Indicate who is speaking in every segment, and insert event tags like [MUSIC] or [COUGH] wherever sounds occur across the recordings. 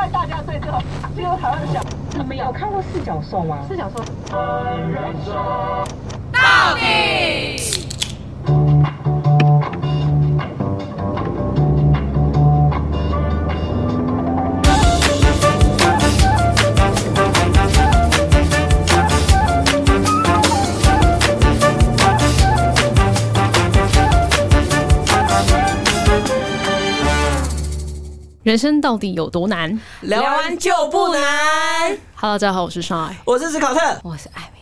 Speaker 1: 最后最后台湾的小
Speaker 2: 你们有看过四角兽吗？
Speaker 1: 四角兽，
Speaker 3: 人生到底有多难？
Speaker 4: 聊完就不难。
Speaker 3: h e 大家好，我是上海。
Speaker 4: 我是史考特，
Speaker 3: 我是艾薇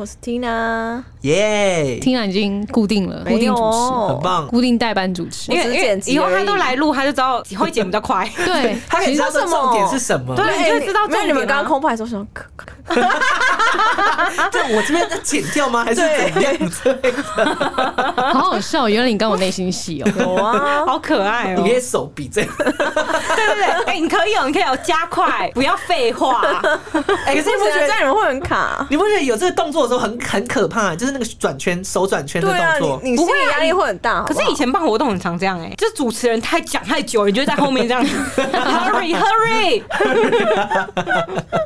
Speaker 5: 我是 Tina，
Speaker 4: 耶、
Speaker 3: 听了已经固定了，固定主持，
Speaker 4: 很棒。
Speaker 3: 固定代班主持。
Speaker 5: 因为
Speaker 6: 以后他都来录，他就知道会剪比较快。
Speaker 3: 对，
Speaker 4: 他可以知道这重点是什么？
Speaker 6: 对你就会知道重
Speaker 5: 没有
Speaker 6: 点
Speaker 5: 你们
Speaker 6: 啊，
Speaker 5: 刚刚空拍的时候想，咳咳咳
Speaker 4: 对，我啊这边在剪掉吗？还是怎样之类的？
Speaker 3: 好好笑。原来你跟我内心戏 [LAUGHS] 哦。
Speaker 5: 有啊
Speaker 6: 好可爱 [LAUGHS] 哦、
Speaker 4: 你可以手比这样。
Speaker 6: 对对对， [LAUGHS] 哎、你可以哦、你可以哦、加快，不要废话。
Speaker 4: 哎、可是你不
Speaker 5: 不
Speaker 4: 觉
Speaker 5: 觉得
Speaker 4: 得
Speaker 5: 这样你们会很卡？
Speaker 4: 你不觉得有这个动作的时候很很可怕？就是那个转圈、手转圈的
Speaker 5: 对啊，
Speaker 4: 动
Speaker 5: 你
Speaker 4: 作。
Speaker 5: 你心理压力会很大。
Speaker 6: [LAUGHS] 可是以前办活动很常这样哎、就主持人太讲太久，你就在后面这 [LAUGHS] 样 hurry hurry。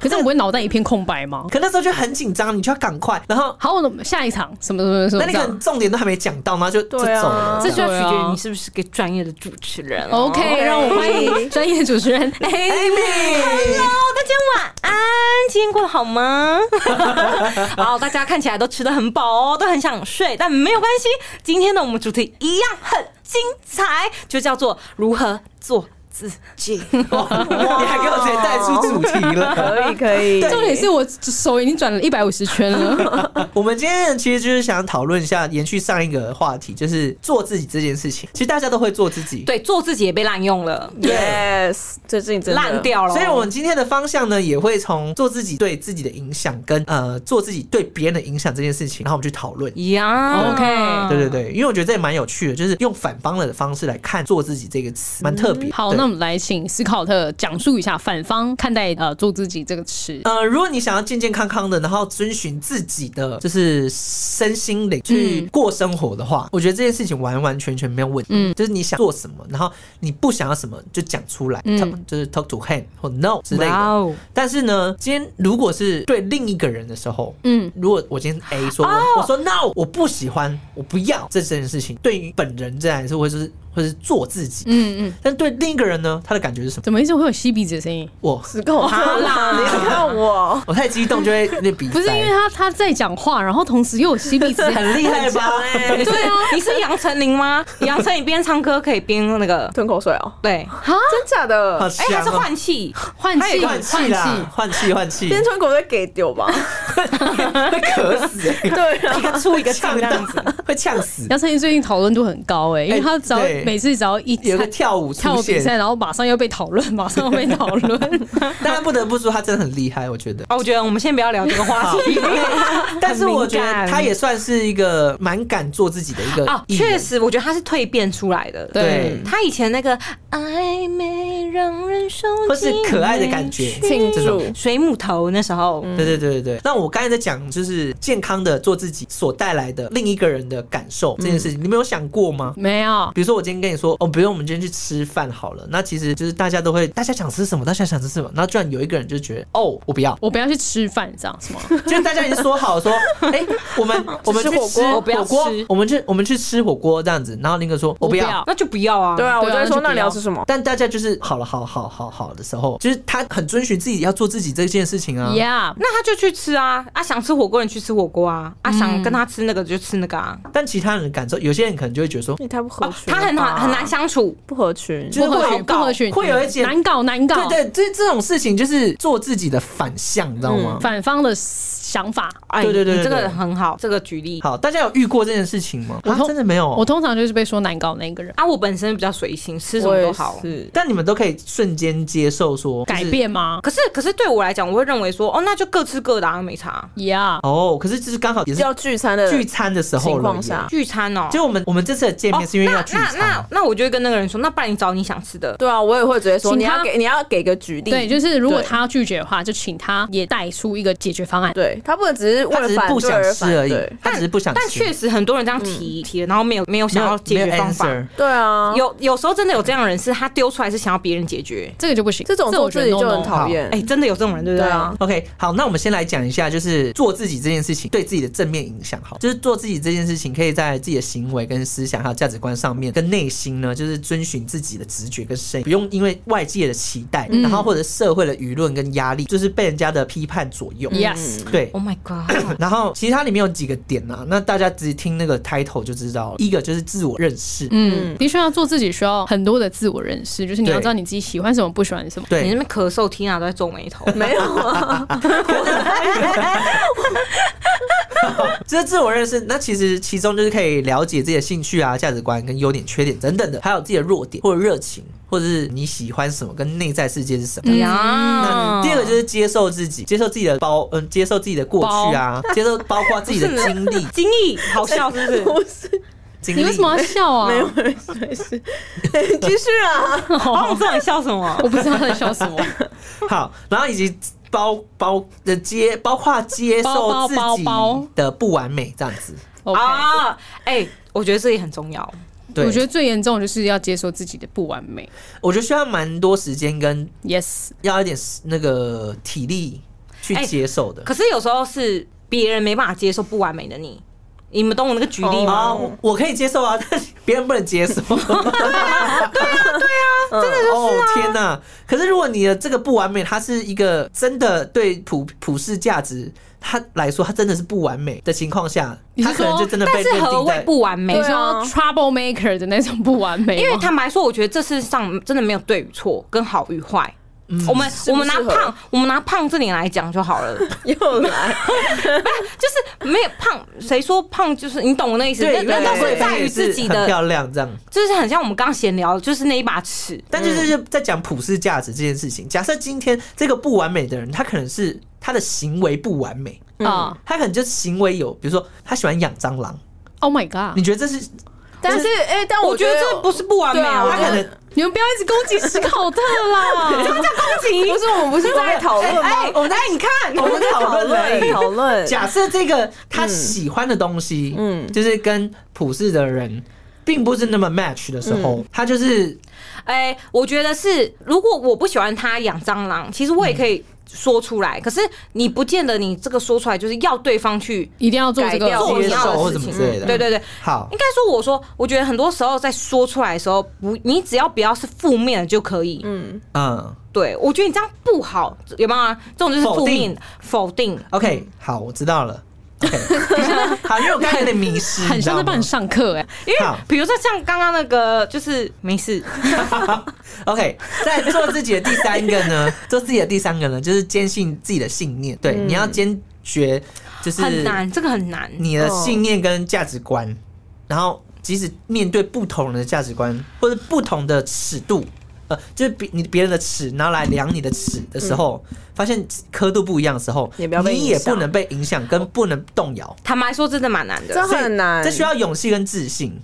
Speaker 3: 可是我不会脑袋一片空白吗？
Speaker 4: 可那时候就很紧张，你就要赶快，然后
Speaker 3: 好，我们下一场什么什么什
Speaker 4: 那
Speaker 3: 么
Speaker 4: 你
Speaker 3: 这
Speaker 4: 可能
Speaker 3: 样。
Speaker 4: 重点都还没讲到，然后就就走
Speaker 5: 对啊
Speaker 4: 了。
Speaker 6: 这就要取决
Speaker 3: 对
Speaker 6: 于
Speaker 3: 啊
Speaker 6: 你是不是个专业的主持人哦。
Speaker 3: OK，让我欢迎专业主持人
Speaker 4: Amy，
Speaker 6: Hello，大家晚安，今天过得好 [LAUGHS] 吗？好，大家看起来都吃的很饱哦，都很想睡，但没有关系。今天的我们主题一样很精彩，就叫做如何做自己。
Speaker 4: 你还给我直接带出主题了。
Speaker 5: 可以可以，
Speaker 3: [LAUGHS] 重点是我手已经转了一百五十圈 [LAUGHS] 了。
Speaker 4: [LAUGHS] 我们今天其实就是想讨论一下，延续上一个话题，就是做自己这件事情。其实大家都会做自己，
Speaker 6: [LAUGHS] 对，做自己也被滥用了，
Speaker 5: yes，最近真的
Speaker 6: 烂。掉了。
Speaker 4: 所以，我们今天的方向呢，也会从做自己对自己的影响，跟呃做自己对别人的影响这件事情，然后我们去讨
Speaker 6: 嗯
Speaker 4: 论。
Speaker 6: 呀
Speaker 3: OK
Speaker 4: 对对，对，因为我觉得这也蛮有趣的，就是用反方的方式来看“做自己”这个词，蛮特别的。
Speaker 3: 好，
Speaker 4: 对
Speaker 3: 那我们来请斯考特讲述一下反方看待呃做自己这个词。
Speaker 4: 呃，如果你想要健健康康的，然后遵循自己的就是身心灵去过生活的话，我觉得这件事情完完全全没有问题。嗯，就是你想做什么，然后你不想要什么就讲出来，嗯、就是 talk to hand 或 no 之类的。
Speaker 6: 哇哦
Speaker 4: 但是呢，今天如果是对另一个人的时候，嗯，如果我今天 A 说我、
Speaker 3: 哦
Speaker 4: 我说 no，我不喜欢，我不要这件事情，对于本人这样来说，会是会是做自己。
Speaker 3: 嗯嗯，
Speaker 4: 但对另一个人呢，他的感觉是什么？
Speaker 3: 怎么一直会有吸鼻子的声音？
Speaker 4: 我
Speaker 5: 只够好啦，你看我，
Speaker 4: 我太激动就会那比
Speaker 3: 不是因为他他在讲话，然后同时又有吸鼻子， [LAUGHS]
Speaker 4: 很厉害吧？
Speaker 6: 你是哦你是杨丞
Speaker 4: [LAUGHS]
Speaker 6: 琳吗？杨丞琳边唱歌可以边那个，
Speaker 5: 吞口水哦，
Speaker 6: 对，
Speaker 5: 真假
Speaker 4: 好
Speaker 5: 的？
Speaker 6: 哎，他
Speaker 3: 欸
Speaker 4: 香
Speaker 6: 是
Speaker 4: 哦！
Speaker 6: 换气，
Speaker 3: 哎换
Speaker 4: 他也
Speaker 3: 气
Speaker 4: 换气啦，换气换气，
Speaker 5: 边吞口水给丢吧？
Speaker 4: [LAUGHS] 会渴死、欸，
Speaker 5: 对啊，
Speaker 6: 一个出一个进
Speaker 4: 呛
Speaker 6: 这样
Speaker 4: 到
Speaker 6: 子。
Speaker 4: [LAUGHS] 会呛死。
Speaker 3: 杨丞琳最近讨论度很高哎、因为
Speaker 4: 哎
Speaker 3: 他只要
Speaker 4: 对
Speaker 3: 每次只要一
Speaker 4: 有个
Speaker 3: 参
Speaker 4: 跳舞
Speaker 3: 跳
Speaker 4: 出
Speaker 3: 舞比
Speaker 4: 现，
Speaker 3: 赛，然后马上又被讨论， [LAUGHS] 马上又被讨
Speaker 4: [LAUGHS]
Speaker 3: 论。
Speaker 4: 但他不得不说，他真的很厉害，我觉得。
Speaker 6: 哦，我觉得我们先不要聊这
Speaker 4: [LAUGHS]
Speaker 6: 个 [LAUGHS] 话题，
Speaker 4: 但是我觉
Speaker 6: 很
Speaker 4: 得
Speaker 6: 敏感
Speaker 4: 他也算是一个蛮敢做自己的一个
Speaker 6: 啊，
Speaker 4: 艺人
Speaker 6: 确，实，我觉得他是蜕变出来的。
Speaker 4: 对
Speaker 6: 他以前那个暧昧让人受尽，
Speaker 4: 或是可爱的感觉，嗯
Speaker 5: 庆
Speaker 4: 这种。
Speaker 5: 祝
Speaker 6: 水母头那时候，
Speaker 4: 对对对对对。那我刚才在讲就是健康的做自己所带来的另一个人的感受这件事情，你们有想过吗？
Speaker 3: 没有，
Speaker 4: 比如说我今天跟你说，哦，不用，我们今天去吃饭好了。那其实就是大家都会，大家想吃什么，大家想吃什么。然后居然有一个人就觉得，哦，我不要， [LAUGHS]
Speaker 3: 我不要去吃饭，这样是吗？
Speaker 4: 就是大家已经说好说，哎、我
Speaker 6: [LAUGHS]
Speaker 4: 们我们去
Speaker 5: 吃火
Speaker 4: 吃
Speaker 5: 锅
Speaker 6: 我不
Speaker 4: 火
Speaker 6: 要
Speaker 4: 锅
Speaker 6: 吃
Speaker 4: 我们去我们去吃火锅这样子。然后另一个说，我不要。
Speaker 6: 那就不要啊。
Speaker 5: 对啊，我就会
Speaker 3: 那就
Speaker 5: 说
Speaker 3: 不要
Speaker 5: 那你要吃什么？
Speaker 4: 但大家就是好了，好好好好的时候，就是他很遵循自己要做自己这件事情啊。
Speaker 3: ，Yeah，
Speaker 6: 那他就去吃啊，啊想吃火锅你去吃火锅啊，啊想跟他吃那个就吃那个啊，
Speaker 4: 但其他人的感受，有些人可能就会觉得说，
Speaker 5: 你太不合
Speaker 6: 哦，
Speaker 5: 群了
Speaker 4: 啊
Speaker 5: 吧，
Speaker 6: 他很难很难相处，
Speaker 5: 不合群，
Speaker 4: 就是
Speaker 3: 不合
Speaker 4: 会
Speaker 3: 群，不合群，
Speaker 4: 会有一些
Speaker 3: 难搞，难搞。
Speaker 4: 对对，这这种事情就是做自己的反向，你知道吗？
Speaker 3: 嗯反方的想法，
Speaker 6: 哎，
Speaker 4: 对对对
Speaker 6: 你
Speaker 4: 对
Speaker 6: 这个
Speaker 4: 对
Speaker 6: 很好，这个举例
Speaker 4: 好，大家有遇过这件事情吗？
Speaker 3: 我
Speaker 4: 啊，
Speaker 3: 通
Speaker 4: 真的没有哦，
Speaker 3: 我通常就是被说难搞那个人，
Speaker 6: 啊，我本身比较随性，吃什
Speaker 5: 我
Speaker 6: 么
Speaker 5: 也
Speaker 6: 都好。
Speaker 5: 是
Speaker 4: 但你们都可以瞬间接受说
Speaker 3: 改。
Speaker 4: 就是
Speaker 3: 变吗
Speaker 6: 可是可是对我来讲，我会认为说，哦，那就各吃各的啊，没差。
Speaker 3: ？Yeah，
Speaker 4: 哦，可是就是刚好也是
Speaker 5: 要聚餐的
Speaker 4: 聚餐的时候
Speaker 5: 情
Speaker 4: 了耶
Speaker 5: 况下，
Speaker 6: 聚餐哦，
Speaker 4: 就我们我们这次的见面是因为要聚
Speaker 6: 那那
Speaker 4: 餐
Speaker 6: 那，那我就会跟那个人说，那不然你找你想吃的。
Speaker 5: 对啊，我也会直接说
Speaker 3: 请
Speaker 5: 你
Speaker 3: 他
Speaker 5: 要给你要给个举例，
Speaker 3: 对，就是如果
Speaker 5: 对
Speaker 3: 他拒绝的话，就请他也带出一个解决方案。
Speaker 5: 对对他不能只是为
Speaker 4: 他
Speaker 5: 了
Speaker 4: 只是
Speaker 5: 反
Speaker 4: 不
Speaker 5: 对
Speaker 4: 想
Speaker 5: 而反
Speaker 4: 吃而已
Speaker 5: 对，，
Speaker 4: 他只是不想吃，
Speaker 6: 但确实很多人这样
Speaker 5: 嗯
Speaker 6: 提提了，然后没有没有
Speaker 4: 没
Speaker 6: 想要
Speaker 4: 有
Speaker 6: 解
Speaker 4: 没
Speaker 6: 决
Speaker 4: 有
Speaker 6: 方法。
Speaker 4: answer
Speaker 5: 对啊，
Speaker 6: 有有时候真的有这样的人，是他丢出来是想要别人解决。
Speaker 3: 这个就不行，
Speaker 5: 这种
Speaker 3: 我
Speaker 5: 做
Speaker 3: 觉
Speaker 5: 自
Speaker 3: 得
Speaker 5: 己就
Speaker 3: no,
Speaker 5: 很
Speaker 3: no
Speaker 5: 讨厌
Speaker 6: 哎、。真的有这种人，对不
Speaker 5: 嗯对
Speaker 6: 对？
Speaker 5: 啊，
Speaker 4: OK，好，那我们先来讲一下，就是做自己这件事情对自己的正面影响。好，就是做自己这件事情，可以在自己的行为、跟思想还有价值观上面，跟内心呢，就是遵循自己的直觉跟声音，不用因为外界的期待，然后或者社会的舆论跟压力，就是被人家的批判左右。
Speaker 5: 嗯
Speaker 3: Yes，
Speaker 4: 对，
Speaker 6: Oh my god！
Speaker 4: 然后其实它里面有几个点啊，那大家只听那个 title 就知道了。一个就是自我认识，
Speaker 3: 嗯，的确要做自己，需要很多的自我认识，就是你要
Speaker 4: 对
Speaker 3: 知道你自己喜欢什么，不喜欢什么。
Speaker 6: 你
Speaker 4: [COUGHS] 对，
Speaker 6: 那边咳嗽，Tina 都在皱眉头。
Speaker 5: 没有啊，
Speaker 4: 这是自我认识，那其实其中就是可以了解自己的兴趣啊、价值观跟优点、缺点等等的，还有自己的弱点或者热情，或者是你喜欢什么，跟内在世界是什么。
Speaker 6: 哎呀
Speaker 3: 嗯
Speaker 4: 那第二个就是接受自己，接受自己的包，嗯、接受自己的过去啊， [LAUGHS] 接受包括自己的
Speaker 3: [LAUGHS]
Speaker 4: 经历、
Speaker 6: 经历好笑是不
Speaker 5: [LAUGHS]
Speaker 6: 是？
Speaker 5: 不是，
Speaker 4: 经历。
Speaker 3: 你为什么要笑
Speaker 6: [LAUGHS]
Speaker 3: 啊？
Speaker 5: 没有，没事，没事，哎继续啊。
Speaker 6: 好哦想知道你笑什么。
Speaker 3: 我不知道他在笑
Speaker 6: [LAUGHS]
Speaker 3: 什么。
Speaker 4: 好，然后以及包包的接，包括接受
Speaker 3: 包包
Speaker 4: 自
Speaker 3: 包
Speaker 4: 己
Speaker 3: 包
Speaker 4: 的不完美，这样子。
Speaker 3: OK，
Speaker 6: 啊，哎、我觉得这也很重要。
Speaker 4: 对，
Speaker 3: 我觉得最严重的就是要接受自己的不完美。
Speaker 4: 我觉得需要蛮多时间跟
Speaker 3: Yes，
Speaker 4: 要一点那个体力去
Speaker 6: 哎
Speaker 4: 接受的。
Speaker 6: 可是有时候是别人没办法接受不完美的你，你们懂我那个举例
Speaker 4: 啊，
Speaker 6: 吗？
Speaker 4: 我我可以接受啊，但别人不能接受。
Speaker 5: 真的
Speaker 4: 哦天哪！可是如果你的这个不完美，它是一个真的对普普世价值它来说，它真的是不完美的情况下，
Speaker 3: 你
Speaker 4: 它
Speaker 3: 是
Speaker 4: 可能
Speaker 3: 说
Speaker 4: 就真的被
Speaker 6: 但
Speaker 4: 认
Speaker 6: 是何
Speaker 4: 定
Speaker 6: 谓
Speaker 4: 在。
Speaker 6: 不完美
Speaker 3: 你？
Speaker 5: 对
Speaker 3: 说
Speaker 5: 啊
Speaker 3: trouble maker 的那种不完美吗，
Speaker 6: 因为坦白说，我觉得这世上真的没有对与错，跟好与坏。
Speaker 4: 嗯
Speaker 6: 我们
Speaker 5: 适
Speaker 6: 我
Speaker 5: 不
Speaker 6: 们拿
Speaker 5: 适合
Speaker 6: 胖，我们拿胖这里来讲
Speaker 4: [LAUGHS]
Speaker 6: 就好了，
Speaker 5: 又来，
Speaker 6: 就是没有胖，谁说胖就是你懂我那意思？
Speaker 4: 对，
Speaker 6: 那那都
Speaker 4: 因为
Speaker 6: 是在于自己
Speaker 4: 很
Speaker 6: 的，
Speaker 4: 漂亮这样。
Speaker 6: 就是很像我们刚刚闲聊，就是那一把尺。
Speaker 4: 但是就是在讲普世价值这件事情。假设今天这个不完美的人，他可能是他的行为不完美，
Speaker 3: 啊
Speaker 4: 他可能就是行为有，比如说他喜欢养蟑螂，
Speaker 3: ，Oh my god！
Speaker 4: 你觉得这是？
Speaker 5: 但是哎，但
Speaker 6: 我觉得这不是不完美
Speaker 4: 他
Speaker 5: 对
Speaker 6: 啊，
Speaker 5: 啊
Speaker 6: 我觉
Speaker 4: 可
Speaker 6: 得
Speaker 4: 能
Speaker 3: 你们不要一直攻击史考特
Speaker 6: [LAUGHS]
Speaker 3: 啦。
Speaker 5: 不行，啊不是我们不是在讨论吗？
Speaker 6: 哎，我哎，你看，
Speaker 4: 我们在讨论而已
Speaker 5: 讨论，
Speaker 4: 假设这个他喜欢的东西，嗯，就是跟普世的人并不是那么 match 的时候，他就是
Speaker 6: 哎、我觉得是，如果我不喜欢他养蟑螂，其实我也
Speaker 4: 嗯
Speaker 6: 可以说出来。可是你不见得你这个说出来就是要对方去。
Speaker 3: 一定要做这
Speaker 5: 改
Speaker 3: 个，
Speaker 5: 掉
Speaker 6: 做
Speaker 4: 接
Speaker 6: 你要的
Speaker 4: 受或什
Speaker 6: 事
Speaker 4: 么
Speaker 6: 情
Speaker 4: 之类的。
Speaker 6: 对对对，
Speaker 4: 好
Speaker 6: 应，该说我说，我觉得很多时候在说出来的时候，不，你只要不要是负面的就可以。
Speaker 5: 嗯，
Speaker 4: 嗯
Speaker 6: 对，我觉得你这样不好，有没有啊？这种就是负面否定。
Speaker 4: ，OK，好，我知道了。OK，好， [LAUGHS] 因为我刚才有点迷失，
Speaker 3: [LAUGHS] 很
Speaker 4: 你知
Speaker 3: 像
Speaker 4: 道
Speaker 3: 在
Speaker 4: 吗
Speaker 3: 帮你上课哎、
Speaker 6: 因为
Speaker 4: 好
Speaker 6: 比如说像刚刚那个，就是没事，
Speaker 4: OK，在做自己的第三个呢， [LAUGHS] 做自己的第三个呢，就是坚信自己的信念。对，你要坚决，就是
Speaker 6: 很难，这个很难。
Speaker 4: 你的信念跟价值观，
Speaker 5: 嗯
Speaker 4: 然后即使面对不同的价值观或者不同的尺度，呃，就是别你别人的尺，然后来量你的尺的时候，发现刻度不一样的时候，
Speaker 5: 嗯也不要被
Speaker 4: 你
Speaker 5: 影
Speaker 4: 也不
Speaker 5: 响
Speaker 4: 能被影响，跟不能动摇。
Speaker 6: 坦白说，真的蛮难的。
Speaker 5: 这
Speaker 4: 所以
Speaker 5: 很难，
Speaker 4: 这需要勇气跟自信。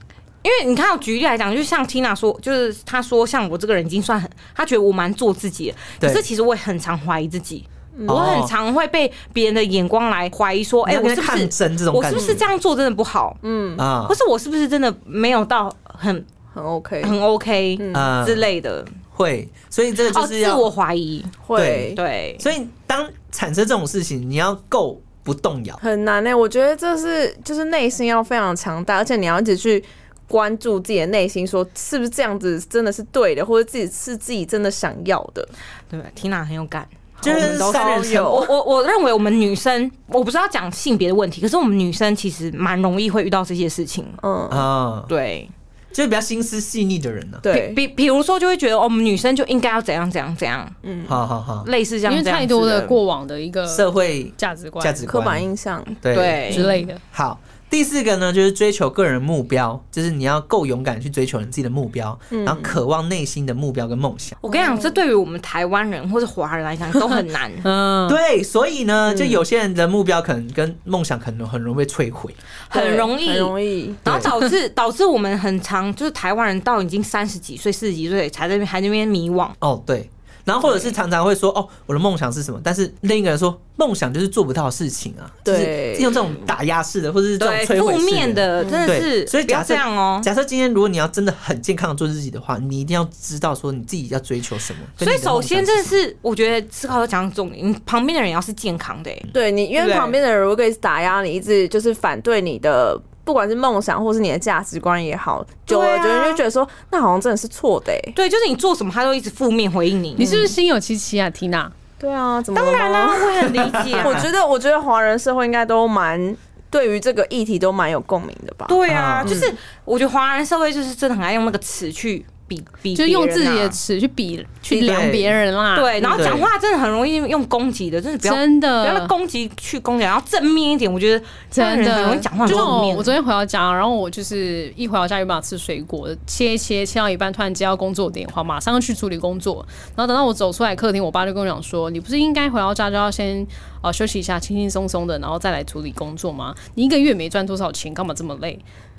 Speaker 6: 因为你看，我举例来讲，就像 Tina 说，就是她说，像我这个人已经算很，她觉得我蛮做自己的。
Speaker 4: 对
Speaker 6: 可是其实我也很常怀疑自己，
Speaker 5: 嗯
Speaker 4: 哦
Speaker 6: 我很常会被别人的眼光来怀疑说，哎、
Speaker 4: 你要
Speaker 6: 我
Speaker 4: 跟
Speaker 6: 是
Speaker 4: 他抗
Speaker 6: 不是
Speaker 4: 哦争这种
Speaker 6: 我
Speaker 4: 感
Speaker 6: 是
Speaker 4: 觉，
Speaker 6: 不是这样做真的不好？
Speaker 5: 嗯，
Speaker 4: 啊
Speaker 6: 或？是我是不是真的没有到很
Speaker 5: 很 OK，
Speaker 6: 很 OK
Speaker 4: 啊
Speaker 6: 之类的？
Speaker 4: 会，所以这个就
Speaker 6: 哦，
Speaker 4: 是
Speaker 6: 自
Speaker 4: 要
Speaker 6: 我怀疑，
Speaker 5: 会
Speaker 6: 对，
Speaker 4: 所以当产生这种事情，你要够不动摇。
Speaker 5: 很难呢、我觉得这是就是内心要非常强大，而且你要一直去关注自己的内心，说是不是这样子真的是对的，或者自己是自己真的想要的。
Speaker 6: 对，Tina 很有感。
Speaker 4: 就是三人成
Speaker 6: 我我我认为我们女生，我不是要讲性别的问题，可是我们女生其实蛮容易会遇到这些事情。
Speaker 5: 嗯，
Speaker 4: 啊，
Speaker 6: 对，
Speaker 4: 就是比较心思细腻的人啊呢、
Speaker 5: 对，
Speaker 6: [LAUGHS] 比比如说，就会觉得哦我们女生就应该要怎样怎样怎样，
Speaker 5: 嗯
Speaker 4: 好好好，
Speaker 6: 类似这样，
Speaker 3: 因为
Speaker 6: 这样
Speaker 3: 太多
Speaker 6: 子
Speaker 3: 的
Speaker 6: 的
Speaker 3: 过往的一个
Speaker 4: 社会
Speaker 3: 价值观、
Speaker 4: 价值
Speaker 5: 刻
Speaker 4: 观、
Speaker 5: 板印象，
Speaker 4: 对
Speaker 6: 对
Speaker 3: 之类的。
Speaker 4: 好，第四个呢，就是追求个人目标，就是你要够勇敢去追求你自己的目标，
Speaker 6: 嗯
Speaker 4: 然后渴望内心的目标跟梦想。
Speaker 6: 我跟你讲，这对于我们台湾人或是华人来讲都很 [LAUGHS] 难。
Speaker 3: 嗯，
Speaker 4: 对，所以呢，
Speaker 6: 嗯
Speaker 4: 就有些人的目标可能跟梦想可能很容易被摧毁。
Speaker 6: 很容易
Speaker 5: 很容易。
Speaker 6: 然后导致导致我们很长，就是台湾人到已经三十几岁、四十几岁才在那边还在那边迷惘。
Speaker 4: 哦，对，然后或者是常常会说，哦，我的梦想是什么？但是另一个人说，梦想就是做不到的事情啊，就是
Speaker 5: 对
Speaker 4: 用这种打压式的，或者是这种
Speaker 6: 对，
Speaker 4: 摧
Speaker 6: 负
Speaker 4: 毁式
Speaker 6: 面。的真的是，
Speaker 4: 对，所以
Speaker 6: 不要
Speaker 4: 假设
Speaker 6: 这样哦。
Speaker 4: 假设今天如果你要真的很健康的做自己的话，你一定要知道说你自己要追求什么。
Speaker 6: 所以
Speaker 4: 跟你的
Speaker 6: 首
Speaker 4: 梦想
Speaker 6: 先，真的
Speaker 4: 是什么
Speaker 6: 是我觉得思考要讲重点，你旁边的人也要是健康的、欸。
Speaker 5: 对你，因为
Speaker 6: 对
Speaker 5: 旁边的人如果一直打压你，一直就是反对你的，不管是梦想或是你的价值观也好，久
Speaker 6: 对
Speaker 5: 了
Speaker 6: 啊
Speaker 5: 久了就觉得说，那好像真的是错的、欸。
Speaker 6: 对，就是你做什么，他都一直负面回应你。
Speaker 3: 你是不是心有戚戚啊，缇娜？
Speaker 5: 对啊，怎么
Speaker 6: 当
Speaker 5: 了
Speaker 6: 然
Speaker 5: 吗
Speaker 6: [LAUGHS] 啦、我也很理解、啊
Speaker 5: 我觉得，我觉得华人社会应该都蛮对于这个议题都蛮有共鸣的吧。
Speaker 6: 对
Speaker 4: 啊
Speaker 6: 啊，就是我觉得华人社会就是真的很爱用那个词去比比别人啊、
Speaker 3: 就是用自己的尺去比去
Speaker 4: 对
Speaker 3: 量别人啦。，
Speaker 6: 对，然后
Speaker 4: 嗯对
Speaker 6: 讲话真的很容易用攻击的，真的不要
Speaker 3: 真
Speaker 6: 不要
Speaker 3: 的
Speaker 6: 再，攻击去攻击，然后正面一点。我觉得
Speaker 3: 真
Speaker 6: 人
Speaker 3: 的
Speaker 6: 很容易讲话
Speaker 3: 就
Speaker 6: 很
Speaker 3: 像
Speaker 6: 负
Speaker 3: 我，
Speaker 6: 面
Speaker 3: 我。昨天回到家，然后我就是一回到家，原本要吃水果，切一切切到一半，突然接到工作电话，马上去处理工作。然后等到我走出来客厅，我爸就跟我讲说：“你不是应该回到家就要先呃休息一下，轻轻松松的，然后再来处理工作吗？你一个月没赚多少钱，干嘛这么累？”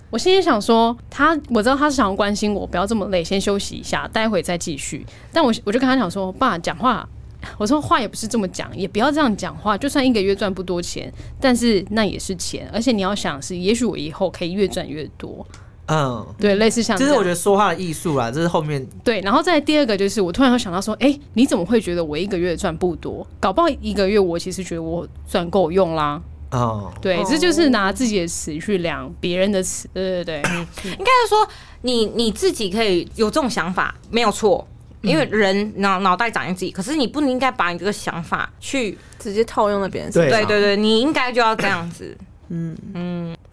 Speaker 3: 我心里想说，他我知道他是想要关心我，不要这么累，先休息一下，待会再继续。但我我就跟他讲说，爸，讲话，我说话也不是这么讲，也不要这样讲话。就算一个月赚不多钱，但是那也是钱，而且你要想是，也许我以后可以越赚越多。
Speaker 4: 嗯，
Speaker 3: 对，类似像
Speaker 4: 这
Speaker 3: 这
Speaker 4: 是我觉
Speaker 3: 样。
Speaker 4: 得说话的艺术啊啦，这是后面
Speaker 3: 对，然后再第二个就是，我突然又想到说，哎、你怎么会觉得我一个月赚不多？搞不好一个月我其实觉得我赚够用啦。
Speaker 4: 哦，
Speaker 3: 对，
Speaker 5: 哦
Speaker 3: 这就是拿自己的词去量别人的词。对对对，
Speaker 6: 应该是说你你自己可以有这种想法，没有错。因为人脑脑袋长在自己，可是你不应该把你这个想法去，
Speaker 5: 直接套用在别人身上。
Speaker 4: 对
Speaker 6: 对
Speaker 4: 啊
Speaker 6: 对对，你应该就要这样子。
Speaker 5: 嗯，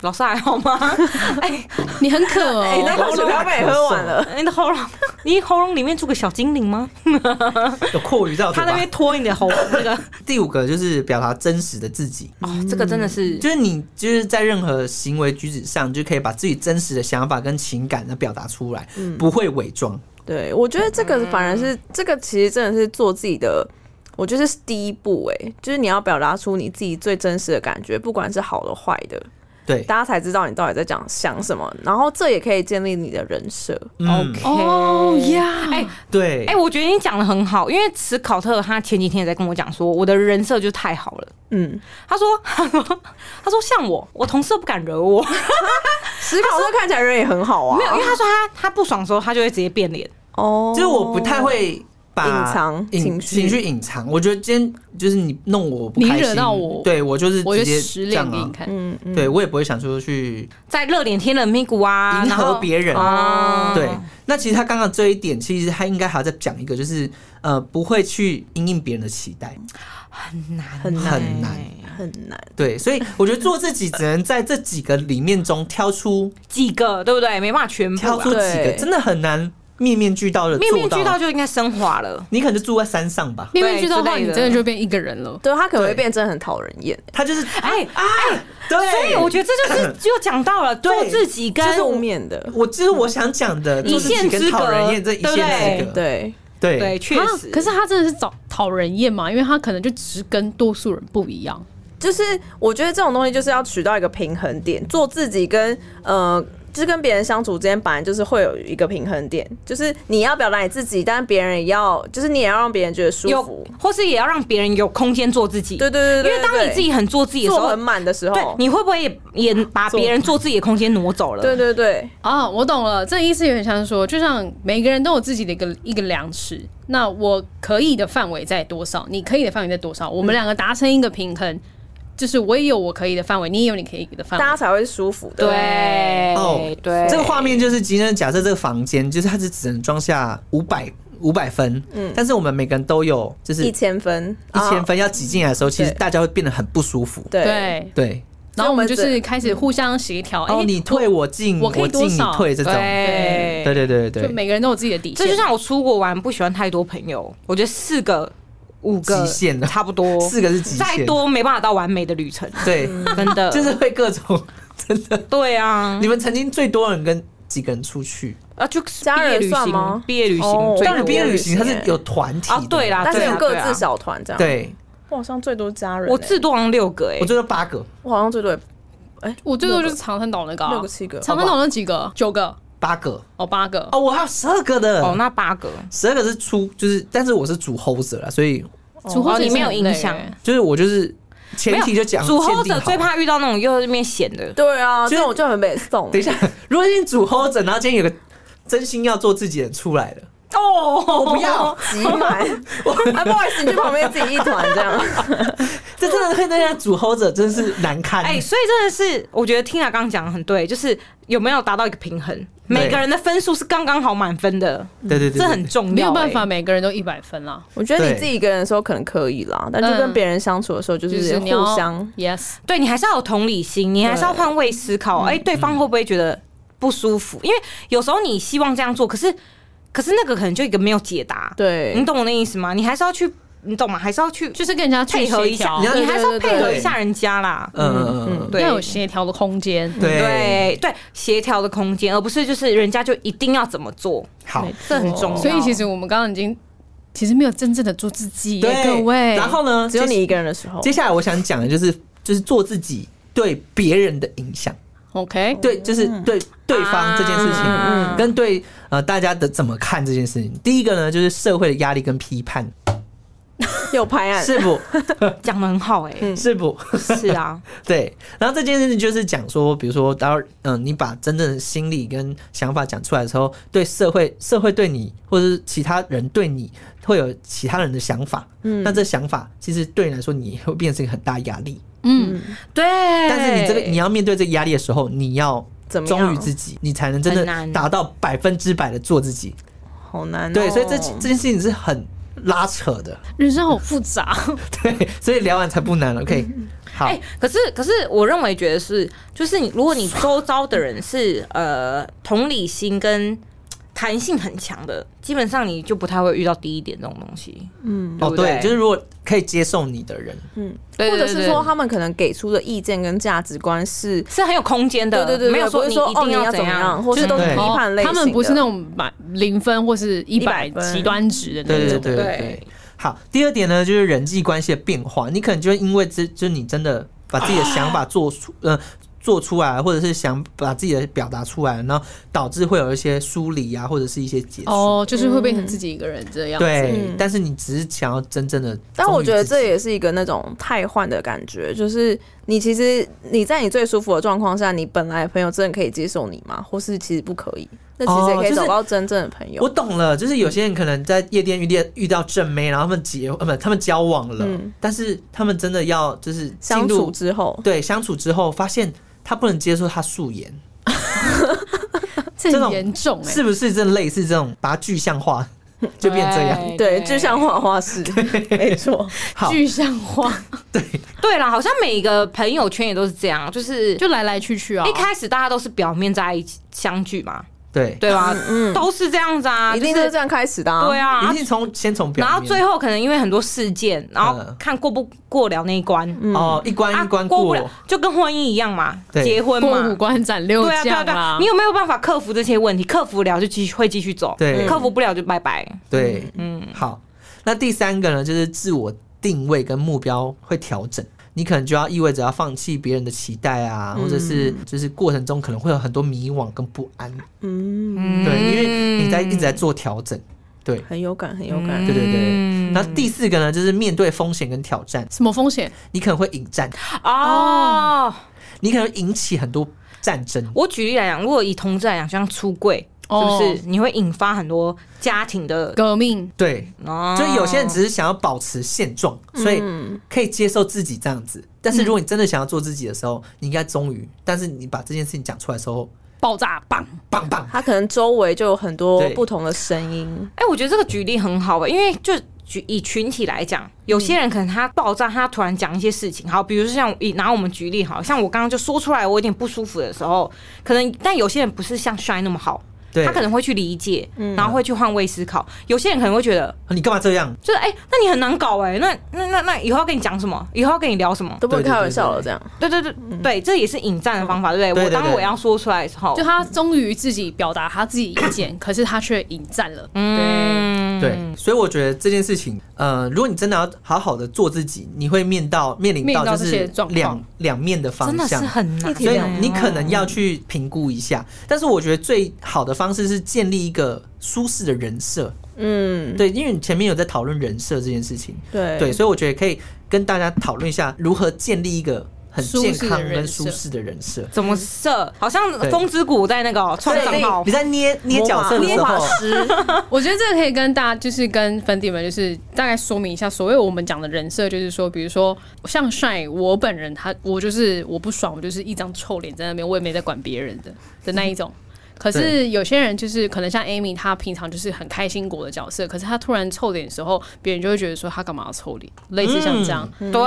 Speaker 6: 老师还好吗？ [LAUGHS] 哎、
Speaker 3: 你很渴、哦。
Speaker 5: 哎、 [LAUGHS] 那口水要被喝完了。
Speaker 6: 你的喉咙，你喉咙里面住个小精灵吗？
Speaker 4: 有阔鱼在我嘴
Speaker 6: 他那
Speaker 4: 巴
Speaker 6: 边。拖你的喉那个，
Speaker 4: 第五个就是表达真实的自己，
Speaker 6: 哦，这个真的是
Speaker 4: 就是你就是在任何行为举止上，就可以把自己真实的想法跟情感的表达出来，不会伪装。
Speaker 5: 对，我觉得这
Speaker 4: 嗯
Speaker 5: 个反而是这个，其实真的是做自己的。我觉得是第一步、哎，就是你要表达出你自己最真实的感觉，不管是好的坏的，
Speaker 4: 对，
Speaker 5: 大家才知道你到底在讲想什么。然后这也可以建立你的人设。
Speaker 4: 嗯，
Speaker 3: 哦呀，
Speaker 6: 哎
Speaker 4: 对
Speaker 6: 哎、，我觉得你讲的很好，因为史考特他前几天也在跟我讲说，我的人设就太好了。
Speaker 5: 嗯，
Speaker 6: 他说， [LAUGHS] 他说，他说像我，我同事都不敢惹我， [LAUGHS]
Speaker 5: 史考特看起来人也很好啊。
Speaker 6: 没有，因为他说他他不爽的时候，他就会直接变脸。
Speaker 5: 哦，
Speaker 4: 就是我不太会把
Speaker 5: 隐藏
Speaker 4: 隐
Speaker 5: 情绪
Speaker 4: 情绪隐藏。我觉得今天就是你弄我不
Speaker 3: 你
Speaker 4: 开心，
Speaker 3: 惹到我
Speaker 4: 对我就是
Speaker 3: 我
Speaker 4: 直
Speaker 3: 就
Speaker 4: 接
Speaker 3: 实
Speaker 4: 这
Speaker 3: 脸
Speaker 4: 样
Speaker 3: 给你
Speaker 4: 啊。
Speaker 3: 看。
Speaker 5: 嗯，嗯
Speaker 4: 对我也不会想说去
Speaker 6: 在热脸贴冷屁股啊，
Speaker 4: 迎
Speaker 6: 然
Speaker 4: 合
Speaker 6: 后
Speaker 4: 别人。
Speaker 6: 啊，
Speaker 4: 对，那其实他刚刚这一点，其实他应该还要再讲一个，就是呃，不会去因应别人的期待，
Speaker 5: 很难
Speaker 4: 很难。
Speaker 5: 很难。
Speaker 4: 对，所以我觉得做自己只能在这几个里面中挑出
Speaker 6: [LAUGHS] 几个，对不对？没办法全部
Speaker 4: 挑
Speaker 6: 啊
Speaker 4: 出，几个
Speaker 5: 对，
Speaker 4: 真的很难面面俱到的
Speaker 6: 面面
Speaker 4: 做
Speaker 6: 俱到
Speaker 4: 到。
Speaker 6: 就应该升华了。
Speaker 4: 你可能就住在山上吧，
Speaker 3: 面面俱到的话，
Speaker 6: 对之类
Speaker 3: 你
Speaker 6: 的
Speaker 3: 真的就变一个人了。
Speaker 5: 对他可能会
Speaker 4: 对
Speaker 5: 变得真的很讨人厌。
Speaker 4: 他就是
Speaker 6: 哎、
Speaker 4: 啊对，
Speaker 6: 所以我觉得这就是
Speaker 4: [CLEARS THROAT]
Speaker 6: 就讲到了做
Speaker 4: 对
Speaker 6: 自己跟
Speaker 5: 就是负面的，
Speaker 4: 我这是我想讲的，
Speaker 6: 一
Speaker 4: 就是
Speaker 6: 线
Speaker 4: 几
Speaker 6: 之
Speaker 4: 跟讨
Speaker 6: 隔
Speaker 4: 人厌这一
Speaker 6: 对不
Speaker 4: 线
Speaker 6: 对
Speaker 4: 之隔，
Speaker 5: 对，
Speaker 4: 对
Speaker 6: 对，确
Speaker 3: 啊
Speaker 6: 实、
Speaker 3: 可是他真的是讨讨人厌嘛，因为他可能就只是跟多数人不一样。
Speaker 5: 就是我觉得这种东西就是要取到一个平衡点，做自己跟呃。就是跟别人相处之间，本来就是会有一个平衡点，就是你要表达你自己，但别人也要，就是你也要让别人觉得舒
Speaker 6: 有
Speaker 5: 服。，
Speaker 6: 或是也要让别人有空间做自己。
Speaker 5: 对对对对，
Speaker 6: 因为当你自己很做自己
Speaker 5: 对
Speaker 6: 的
Speaker 5: 做
Speaker 6: 时候
Speaker 5: 很，满的时
Speaker 6: 对
Speaker 5: 候，，
Speaker 6: 你会不会也也把别人做自己的空间挪走了？
Speaker 5: 对对对，
Speaker 3: 啊，我懂了，这意思有点像是说，就像每个人都有自己的一个一个量尺，那我可以的范围在多少，你可以的范围在多少，我们两个达成一个平衡，就是我也有我可以的范围，你也有你可以的范
Speaker 5: 大
Speaker 3: 围
Speaker 5: 家。才会舒服的。
Speaker 6: 嗯对
Speaker 4: 哦
Speaker 6: 对，
Speaker 4: 这个画面就是今天假设这个房间就是它是只能装下五百五百分，但是我们每个人都有就是
Speaker 5: 一
Speaker 4: 一
Speaker 5: 千分，
Speaker 4: 千
Speaker 5: 啊，
Speaker 4: 分要挤进来的时候，其实
Speaker 5: 对
Speaker 4: 大家会变得很不舒服。
Speaker 5: 对，
Speaker 3: 对，
Speaker 4: 对，
Speaker 3: 然后我们就
Speaker 5: 所以我
Speaker 3: 是
Speaker 5: 们
Speaker 3: 开始互相协调。哎、
Speaker 4: 哦，你退我进，
Speaker 3: 我可以
Speaker 4: 我进
Speaker 3: 多
Speaker 4: 你
Speaker 3: 少
Speaker 4: 退这种，对
Speaker 6: 对
Speaker 4: 对
Speaker 3: 就
Speaker 4: 对对对，
Speaker 3: 每个人都有自己的底
Speaker 6: 哎这
Speaker 3: 线。
Speaker 6: 就像我出国玩，不喜欢太多朋友，我觉得四个、五个
Speaker 4: 极限了
Speaker 6: 差不多，
Speaker 4: 四个是极限，
Speaker 6: 再多没办法到完美的
Speaker 5: [LAUGHS]
Speaker 6: 旅程，
Speaker 4: 对，
Speaker 6: 真的
Speaker 4: 就是会各种 [LAUGHS] 真的。
Speaker 6: 对啊
Speaker 4: 你，们曾经最多人跟几个人出去？
Speaker 6: 啊就
Speaker 5: 家
Speaker 6: 毕业
Speaker 5: 人
Speaker 6: 旅
Speaker 5: 算
Speaker 6: 行
Speaker 5: 吗，
Speaker 6: 毕业旅行
Speaker 5: 哦
Speaker 6: 最
Speaker 4: 当然，
Speaker 6: 多
Speaker 4: 毕业旅行它
Speaker 5: 我也
Speaker 4: 是
Speaker 5: 是耶
Speaker 4: 有团体的
Speaker 6: 啊，对啦，
Speaker 5: 但是
Speaker 6: 对
Speaker 5: 有
Speaker 6: 啦
Speaker 5: 各
Speaker 6: 对啦
Speaker 5: 自小团这样。，
Speaker 4: 对，啊
Speaker 5: 我好像最多家人欸，
Speaker 6: 我至多好像六个
Speaker 4: 我
Speaker 6: 哎，
Speaker 4: 最多八个，
Speaker 5: 我好像最多也，哎，
Speaker 3: 我最多就
Speaker 5: 六
Speaker 3: 是
Speaker 5: 个
Speaker 3: 长滩岛那个、啊，
Speaker 5: 六个七个
Speaker 3: 长滩岛那几个，九个
Speaker 4: 八个
Speaker 3: 哦，八个
Speaker 4: 哦，我还有十二个的
Speaker 6: 哦，那八个
Speaker 4: 十二个是出，就是，但是我是主 host 啦，所以
Speaker 3: 主后
Speaker 6: 哦
Speaker 3: 者
Speaker 6: 你没有
Speaker 3: 也是很累
Speaker 6: 影响
Speaker 3: 欸
Speaker 4: 就是我就是前提就讲
Speaker 6: 主后
Speaker 4: 鉴定
Speaker 6: 者
Speaker 4: 好
Speaker 6: 最怕遇到那种又在那边闲的，
Speaker 5: 对啊，
Speaker 4: 就是
Speaker 5: 这种就很被送
Speaker 4: 等。一下， [LAUGHS] 如果你主后者，然后今天有个真心要做自己的人出来了，
Speaker 6: 哦，我
Speaker 4: 不
Speaker 5: [LAUGHS]
Speaker 4: 要，
Speaker 5: 急
Speaker 4: [LAUGHS]
Speaker 5: 买，啊，不好意思，你去旁边自己一团这样。
Speaker 4: 这真的会让人家主后者真是难堪。
Speaker 6: 哎、所以真的是，我觉得 Tina 刚刚讲的很对，就是有没有达到一个平衡，每个人的分数是刚刚好满分的，
Speaker 4: 对对对对，
Speaker 6: 这很重要、
Speaker 3: 没有办
Speaker 6: 哎
Speaker 3: 法，每个人都一百分啦，
Speaker 5: [LAUGHS] 我觉得你
Speaker 4: 对
Speaker 5: 自己一个人的时候可能可以啦，但就跟别人相处的时嗯候，就
Speaker 3: 就是
Speaker 5: 是
Speaker 3: 你要
Speaker 5: 互相。
Speaker 3: yes，
Speaker 6: 对你还是要有同理心，你还是要换位思考，
Speaker 4: 嗯
Speaker 6: 哎、对方会不会觉得不舒服？因为有时候你希望这样做，可是可是那个可能就一个没有解答，
Speaker 5: 对
Speaker 4: 嗯
Speaker 6: 你懂我那意思吗？你还是要去，你懂吗？还是要去
Speaker 3: 就是跟人家去
Speaker 6: 配合
Speaker 3: 协
Speaker 6: 一下，
Speaker 3: 调
Speaker 4: 你要
Speaker 6: 你还是要
Speaker 5: 对对对
Speaker 6: 配合
Speaker 4: 对
Speaker 6: 一下人家啦，
Speaker 4: 嗯嗯嗯，
Speaker 6: 对，
Speaker 3: 要有协调的空间。
Speaker 4: 对
Speaker 6: 对对协调的空间，而不是就是人家就一定要怎么做，
Speaker 4: 好
Speaker 3: 没。
Speaker 6: 这
Speaker 4: 哦
Speaker 6: 很重要。
Speaker 3: 所以其实我们刚刚已经其实没有真正的做自己耶，
Speaker 4: 对，
Speaker 3: 各位。
Speaker 4: 然后呢？
Speaker 5: 只有
Speaker 4: 接
Speaker 5: 你一个人的时候， [LAUGHS]
Speaker 4: 接下来我想讲的就是，就是做自己对别人的影响，
Speaker 3: OK，
Speaker 4: 对，就是对对方这件事情，
Speaker 6: 啊
Speaker 4: 跟对呃大家的怎么看这件事情。第一个呢，就是社会的压力跟批判，
Speaker 5: 有拍案，
Speaker 4: 是不？
Speaker 6: 讲的很好哎、
Speaker 5: 嗯
Speaker 4: 是不？
Speaker 6: 是啊，
Speaker 4: 对，然后这件事情就是讲说，比如说，当然，嗯，你把真正的心理跟想法讲出来的时候，对社会、社会对你，或者是其他人对你，会有其他人的想法。嗯，那这想法其实对你来说，你会变成一个很大压力。
Speaker 3: 嗯，
Speaker 6: 对。
Speaker 4: 但是你这个你
Speaker 6: 要
Speaker 4: 要面对这个压力的时候，你要
Speaker 5: 怎么样
Speaker 4: 忠于自己，你才能真的
Speaker 6: 很难
Speaker 4: 达到百分之百的做自己。
Speaker 5: 好难、哦。
Speaker 4: 对，所以这这件事情是很拉扯的。 [LAUGHS]
Speaker 3: 人生好复杂。
Speaker 4: 对，所以聊完才不难了。OK，好，
Speaker 6: 哎、可是可是，我认为觉得是，就是你如果你周遭的人是呃同理心跟弹性很强的，基本上你就不太会遇到第一点这种东西。嗯，
Speaker 4: 哦，
Speaker 6: 不对
Speaker 4: 对，就是如果可以接受你的人，
Speaker 5: 或者
Speaker 3: 对
Speaker 5: 是
Speaker 3: 对
Speaker 5: 说他们可能给出的意见跟价值观是，
Speaker 6: 是很有空间的，
Speaker 5: 对对对，
Speaker 6: 没
Speaker 5: 对
Speaker 6: 有
Speaker 5: 不
Speaker 6: 说
Speaker 5: 是
Speaker 6: 你
Speaker 5: 说
Speaker 6: 一
Speaker 5: 哦
Speaker 6: 定
Speaker 5: 你要
Speaker 6: 怎
Speaker 5: 怎样，或是
Speaker 6: 就是
Speaker 5: 都是批
Speaker 4: 对
Speaker 5: 判类型的
Speaker 3: 哦他们不是那种满零分或是一百
Speaker 5: 100分
Speaker 3: 极端值的
Speaker 4: 对
Speaker 3: 那
Speaker 4: 对
Speaker 3: 种。
Speaker 4: 对
Speaker 6: 对
Speaker 4: 对。好，第二点呢，就是人际关系的变化。你可能就会因为这，就是你真的把自己的想法做出，呃，做出来，或者是想把自己的表达出来，然后导致会有一些疏离啊，或者是一些结束。
Speaker 3: 哦，就是会变成自己一个人这样。
Speaker 4: 对，
Speaker 5: 嗯
Speaker 4: 但是你只是想要真正的，
Speaker 5: 但我觉得这也是一个那种太换的感觉，就是你其实你在你最舒服的状况下，你本来的朋友真的可以接受你吗？或是其实不可以？那其实也可
Speaker 4: 哦就
Speaker 5: 以
Speaker 4: 是
Speaker 5: 找到真正的朋友。
Speaker 4: 我懂了，就是有些人可能在夜店遇见遇到正妹，然后他们结呃不，他们交往了，
Speaker 5: 嗯
Speaker 4: 但是他们真的要就是进
Speaker 5: 相处
Speaker 4: 入
Speaker 5: 之后，
Speaker 4: 对相处之后，发现他不能接受他素颜，
Speaker 3: 这
Speaker 4: 这
Speaker 3: 很
Speaker 4: 种
Speaker 3: 严重哎、
Speaker 4: 是不是这类似这种把它具象化， [LAUGHS] 就变这样？
Speaker 5: 对，就像
Speaker 4: [LAUGHS]
Speaker 5: 画画室，哎没错，
Speaker 4: 好，
Speaker 3: 具象化，
Speaker 6: 对啦，好像每个朋友圈也都是这样，就是
Speaker 3: 就来来去去啊。
Speaker 6: 一开始大家都是表面在一起相聚嘛，
Speaker 4: 对，
Speaker 6: 对吧？都是这样子啊，
Speaker 5: 嗯一定
Speaker 6: 就
Speaker 5: 就是
Speaker 6: 是
Speaker 5: 这样开始的、啊。
Speaker 6: 对啊，啊
Speaker 4: 一定从先从表
Speaker 6: 然
Speaker 4: 面，
Speaker 6: 后最后可能因为很多事件，然后
Speaker 4: 嗯
Speaker 6: 看过不过了那一关，
Speaker 5: 嗯
Speaker 4: 哦一关
Speaker 6: 啊
Speaker 4: 一关
Speaker 6: 过不
Speaker 4: 过，
Speaker 6: 了，就跟婚姻一样嘛，
Speaker 4: 对
Speaker 6: 结婚
Speaker 3: 过五
Speaker 6: 嘛。
Speaker 3: 关斩六
Speaker 6: 对啊，对啊，
Speaker 3: 将
Speaker 6: 对啊
Speaker 3: 啦，，
Speaker 6: 你有没有办法克服这些问题？克服了就继续会继续走，
Speaker 4: 对
Speaker 6: 克服不了就拜拜。
Speaker 4: 对，
Speaker 6: 嗯，
Speaker 4: 好，那第三个呢，就是自我定位跟目标会调整。你可能就要意味着要放弃别人的期待啊，
Speaker 6: 嗯
Speaker 4: 或者是就是过程中可能会有很多迷惘跟不安，
Speaker 5: 嗯，
Speaker 4: 对，因为你在一直在做调整，对，
Speaker 5: 很有感，很有感。
Speaker 4: 对对对。
Speaker 6: 嗯
Speaker 4: 那第四个呢，就是面对风险跟挑战，
Speaker 3: 什么风险？
Speaker 4: 你可能会引战，
Speaker 6: 哦，
Speaker 4: 你可能引起很多战争，
Speaker 6: 我举例来讲，如果以同志来讲，就像出柜，是不
Speaker 3: 哦
Speaker 6: 是你会引发很多家庭的？
Speaker 3: 革命
Speaker 4: 对，
Speaker 6: 哦
Speaker 4: 所以有些人只是想要保持现状，所以可以接受自己这样子。但是如果你真的想要做自己的时候，你应该忠于。但是你把这件事情讲出来的时候，
Speaker 3: 爆炸棒，
Speaker 4: 棒棒，
Speaker 5: 他可能周围就有很多
Speaker 4: 对
Speaker 5: 不同的声音，
Speaker 6: 哎、我觉得这个举例很好吧、啊因为就举以群体来讲，有些人可能他爆炸，他突然讲一些事情，好，比如说像以拿我们举例好，像我刚刚就说出来我有点不舒服的时候，可能但有些人不是像 Shine 那么好，
Speaker 4: 对
Speaker 6: 他可能会去理解，然后会去换位思考，有些人可能会觉得。
Speaker 4: 你干嘛这样？
Speaker 6: 就是哎、那你很难搞哎、那那那那以后要跟你讲什么？以后要跟你聊什么？
Speaker 5: 都不能
Speaker 4: 对对
Speaker 5: 开
Speaker 4: 对
Speaker 5: 玩笑了。
Speaker 4: 对
Speaker 5: 这样，
Speaker 6: 对对对、对，这也是引战的方法，对
Speaker 4: 对
Speaker 6: 不对？
Speaker 4: 对
Speaker 6: 我当
Speaker 4: 对
Speaker 6: 我要说出来的时候，
Speaker 3: 就他终于自己表达他自己意见，可是他却引战了。
Speaker 6: 嗯，
Speaker 4: 对，所以我觉得这件事情，呃，如果你真的要好好的做自己，你会面到面临
Speaker 3: 面
Speaker 4: 到
Speaker 3: 到这
Speaker 4: 就是
Speaker 3: 些状况
Speaker 4: 两两面的方
Speaker 6: 真的是
Speaker 4: 向，
Speaker 6: 很难，啊
Speaker 4: 所以你可能要去评估一下。但是我觉得最好的方式是建立一个舒适的人设，
Speaker 5: 嗯，
Speaker 4: 对，因为你前面有在讨论人设这件事情，
Speaker 5: 对
Speaker 4: 对，所以我觉得可以跟大家讨论一下如何建立一个很
Speaker 3: 舒适
Speaker 4: 健
Speaker 3: 的
Speaker 4: 康
Speaker 3: 人
Speaker 4: 跟
Speaker 3: 设
Speaker 4: 舒适的人设。
Speaker 6: 怎么设？好像
Speaker 4: 对
Speaker 6: 风之谷在那个哦创
Speaker 5: 对
Speaker 6: 账号
Speaker 4: 你在捏捏角色的时
Speaker 5: 魔法
Speaker 4: 候，
Speaker 3: 我觉得这个可以跟大家，就是跟粉底们，就是大概说明一下，所谓我们讲的人设，就是说，比如说像帅，我本人他，我就是我不爽，我就是一张臭脸在那边，我也没在管别人的的那一种。可是有些人就是可能像 Amy，她平常就是很开心果的角色，可是她突然臭脸的时候，别人就会觉得说她干嘛要臭脸，类似像这样。
Speaker 5: 嗯
Speaker 6: 对，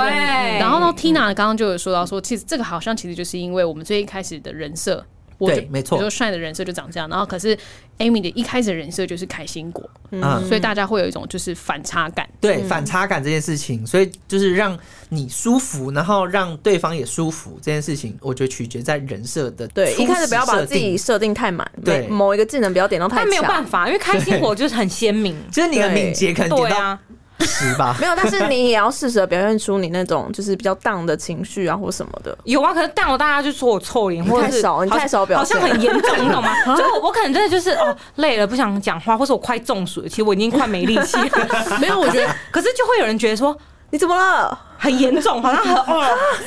Speaker 3: 然后呢，Tina 刚刚就有说到说，其实这个好像其实就是因为我们最一开始的人设，我就
Speaker 4: 对没错
Speaker 3: 比如说帅的人设就长这样，然后可是 Amy 的一开始的人设就是开心果，
Speaker 4: 嗯，
Speaker 3: 所以大家会有一种就是反差感。
Speaker 4: 对，反差感这件事情，所以就是让你舒服，然后让对方也舒服，这件事情，我觉得取决在人设的
Speaker 5: 对，
Speaker 4: 初
Speaker 5: 一开始
Speaker 4: 始
Speaker 5: 不要把
Speaker 4: 设
Speaker 5: 自己
Speaker 4: 定。
Speaker 5: 设定太满，
Speaker 4: 对
Speaker 5: 每某一个技能不要点到太
Speaker 6: 但
Speaker 5: 强，
Speaker 6: 没有办法，因为开心果就是很鲜明。
Speaker 4: 就是你的
Speaker 5: 对
Speaker 4: 敏捷可能
Speaker 6: 对
Speaker 4: 点到
Speaker 6: 啊，
Speaker 4: 十吧，
Speaker 5: [LAUGHS] 没有，但是你也要适时的表现出你那种就是比较荡的情绪啊，或什么的。
Speaker 6: 有啊，可是但我大家就说我臭脸，或者
Speaker 5: 太
Speaker 6: 是
Speaker 5: 少你太少表
Speaker 6: 好
Speaker 5: 现
Speaker 6: 像
Speaker 5: 啊
Speaker 6: 好像很严重，你
Speaker 5: [LAUGHS]
Speaker 6: 懂吗？就是我我可能真的就是哦累了不想讲话，或是我快中暑了，其实我已经快没力气了。
Speaker 5: [LAUGHS]
Speaker 3: 没有，我觉得
Speaker 6: 可是就会有人觉得说
Speaker 5: 你怎么了？
Speaker 6: 很严重，好像很哦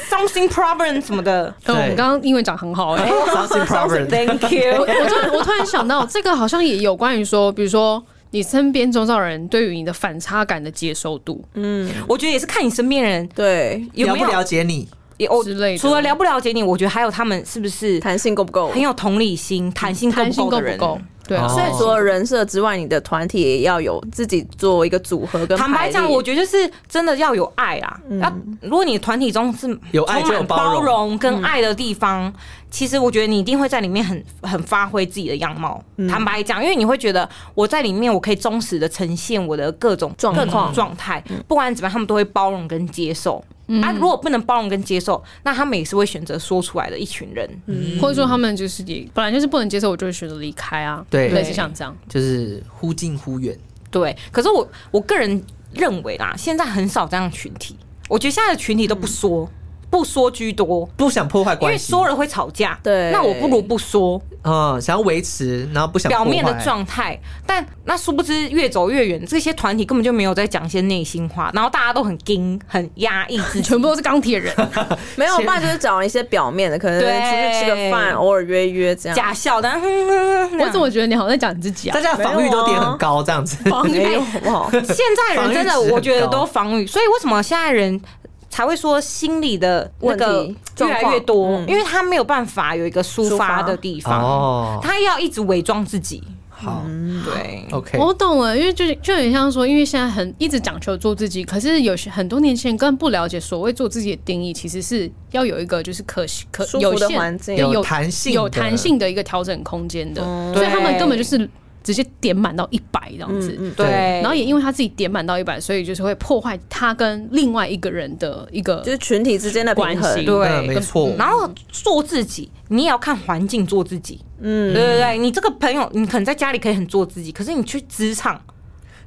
Speaker 6: something problem 什么的。
Speaker 3: 呃我们
Speaker 4: 对
Speaker 3: 刚刚英文讲很好
Speaker 4: [LAUGHS]
Speaker 3: 哎、
Speaker 4: something [LAUGHS]
Speaker 6: [LAUGHS]
Speaker 4: problem。
Speaker 6: Thank you
Speaker 3: 我。我突然我突然想到，这个好像也有关于说，比如说你身边周遭人对于你的反差感的接受度，
Speaker 4: 嗯
Speaker 6: 我觉得也是看你身边人
Speaker 5: 对，
Speaker 6: 有
Speaker 4: 了
Speaker 6: 没
Speaker 4: 不
Speaker 6: 有
Speaker 4: 了解你？
Speaker 6: 也哦
Speaker 3: 之类的
Speaker 6: 除了了不了解你，我觉得还有他们是不是
Speaker 5: 弹性够不够
Speaker 6: 很？有同理心、弹性
Speaker 3: 弹性
Speaker 6: 够
Speaker 3: 够
Speaker 6: 的
Speaker 3: 不
Speaker 6: 人
Speaker 3: 够？对啊，
Speaker 4: 哦
Speaker 5: 所以除了人设之外，你的团体也要有自己做一个组合跟
Speaker 6: 坦
Speaker 5: 排
Speaker 6: 白
Speaker 5: 列
Speaker 6: 讲，我觉得就是真的要有爱啊。
Speaker 5: 嗯
Speaker 6: 要、如果你团体中是
Speaker 4: 有爱
Speaker 6: 充
Speaker 4: 就有
Speaker 6: 满
Speaker 4: 包容
Speaker 6: 容
Speaker 5: 嗯
Speaker 6: 跟爱的地方，其实我觉得你一定会在里面很很发挥自己的样貌。
Speaker 5: 嗯
Speaker 6: 坦白讲，因为你会觉得我在里面我可以忠实的呈现我的各种
Speaker 5: 状况嗯
Speaker 6: 各种状态，不管怎么样，他们都会包容跟接受。啊，如果不能包容跟接受，那他们也是会选择说出来的一群人。
Speaker 5: 嗯
Speaker 3: 或者说他们就是也本来就是不能接受，我就会选择离开啊，
Speaker 4: 对
Speaker 3: 类似像这样。
Speaker 4: 就是忽近忽远。
Speaker 6: 对，可是我我个人认为啦，现在很少这样的群体，我觉得现在的群体都不说，
Speaker 5: 嗯
Speaker 6: 不说居多。
Speaker 4: 不想破坏
Speaker 6: 因
Speaker 4: 关
Speaker 6: 为
Speaker 4: 系，
Speaker 6: 说了会吵架，
Speaker 5: 对
Speaker 6: 那我不如不说，
Speaker 4: 嗯，想要维持，然后不想
Speaker 6: 表面的
Speaker 4: 破坏
Speaker 6: 状态。但那殊不知越走越远，这些团体根本就没有在讲一些内心话，然后大家都很惊、很压抑自己。
Speaker 3: 全部都是钢铁人，
Speaker 4: 啊
Speaker 5: 没有，办法，就是找一些表面的，可能出
Speaker 6: 对
Speaker 5: 去吃个饭，偶尔约约这样。
Speaker 6: 假笑的，嗯
Speaker 3: 我怎么觉得你好像在讲你自己啊
Speaker 4: 大？家的防御都点很高，这样子。
Speaker 5: 没有好不好？
Speaker 6: 现在人真
Speaker 4: 防御值
Speaker 6: 的，
Speaker 4: 很高
Speaker 6: 我觉得都防御，所以为什么现在人才会说心理的那
Speaker 5: 问
Speaker 6: 个
Speaker 5: 题
Speaker 6: 越来越多
Speaker 5: 状况，嗯
Speaker 6: 因为他没有办法有一个抒发的地
Speaker 4: [LAUGHS]
Speaker 6: 方，
Speaker 4: 哦，
Speaker 6: 啊他要一直伪装自己。
Speaker 4: 好
Speaker 6: 对，
Speaker 4: ，OK，
Speaker 3: 我懂了，因为就是就很像说，因为现在很一直讲求做自己，可是有些很多年轻人根本不了解所谓做自己的定义，其实是要有一个就是可可
Speaker 5: 舒
Speaker 3: 有
Speaker 5: 服的
Speaker 3: 限
Speaker 5: 环境哦
Speaker 3: 对
Speaker 4: 有
Speaker 3: 有
Speaker 4: 弹性的
Speaker 3: 有弹性的一个调整空间的，所以
Speaker 6: 对
Speaker 3: 他们根本就是直接点满到一百这样
Speaker 5: 嗯
Speaker 3: 子。
Speaker 6: 对，
Speaker 3: 然后也因为他自己点满到一百，所以就是会破坏他跟另外一个人的一个
Speaker 5: 就是群体之间的平
Speaker 3: 关系
Speaker 5: 衡。啊
Speaker 6: 对
Speaker 4: 嗯没错。
Speaker 6: 然后做自己，你也要看环境做自己。嗯，对对对，你这个朋友，你可能在家里可以很做自己，可是你去职场，。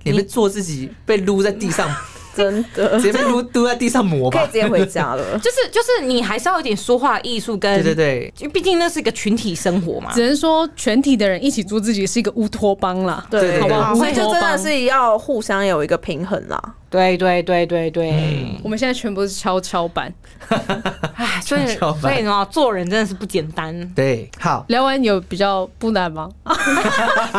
Speaker 4: 你被做自己被撸在地上，
Speaker 5: 真的
Speaker 4: [LAUGHS] 直接被撸撸在地上磨
Speaker 5: 可以
Speaker 4: 吧
Speaker 5: [LAUGHS] 直。接回家了
Speaker 6: 就是就是你还是要有点说话的艺术跟
Speaker 4: 对对，对，
Speaker 6: 因为毕竟那是一个群体生活嘛。
Speaker 3: 只能说全体的人一起做自己是一个乌托邦啦。
Speaker 4: 对对
Speaker 5: 对，啊
Speaker 4: 对好
Speaker 3: 吧
Speaker 5: 所以就真
Speaker 3: 乌托
Speaker 5: 的
Speaker 3: 邦
Speaker 5: 是要互相有一个平衡啦。
Speaker 6: 对对对对对，
Speaker 4: 嗯
Speaker 3: 我们现在全部都是跷跷板。
Speaker 4: [LAUGHS]
Speaker 6: 哎，所以
Speaker 4: 超烦
Speaker 6: 所以呢，做人真的是不简单。 [LAUGHS]
Speaker 4: 对，
Speaker 3: [LAUGHS]
Speaker 4: 好，
Speaker 3: 聊完有比较不难吗？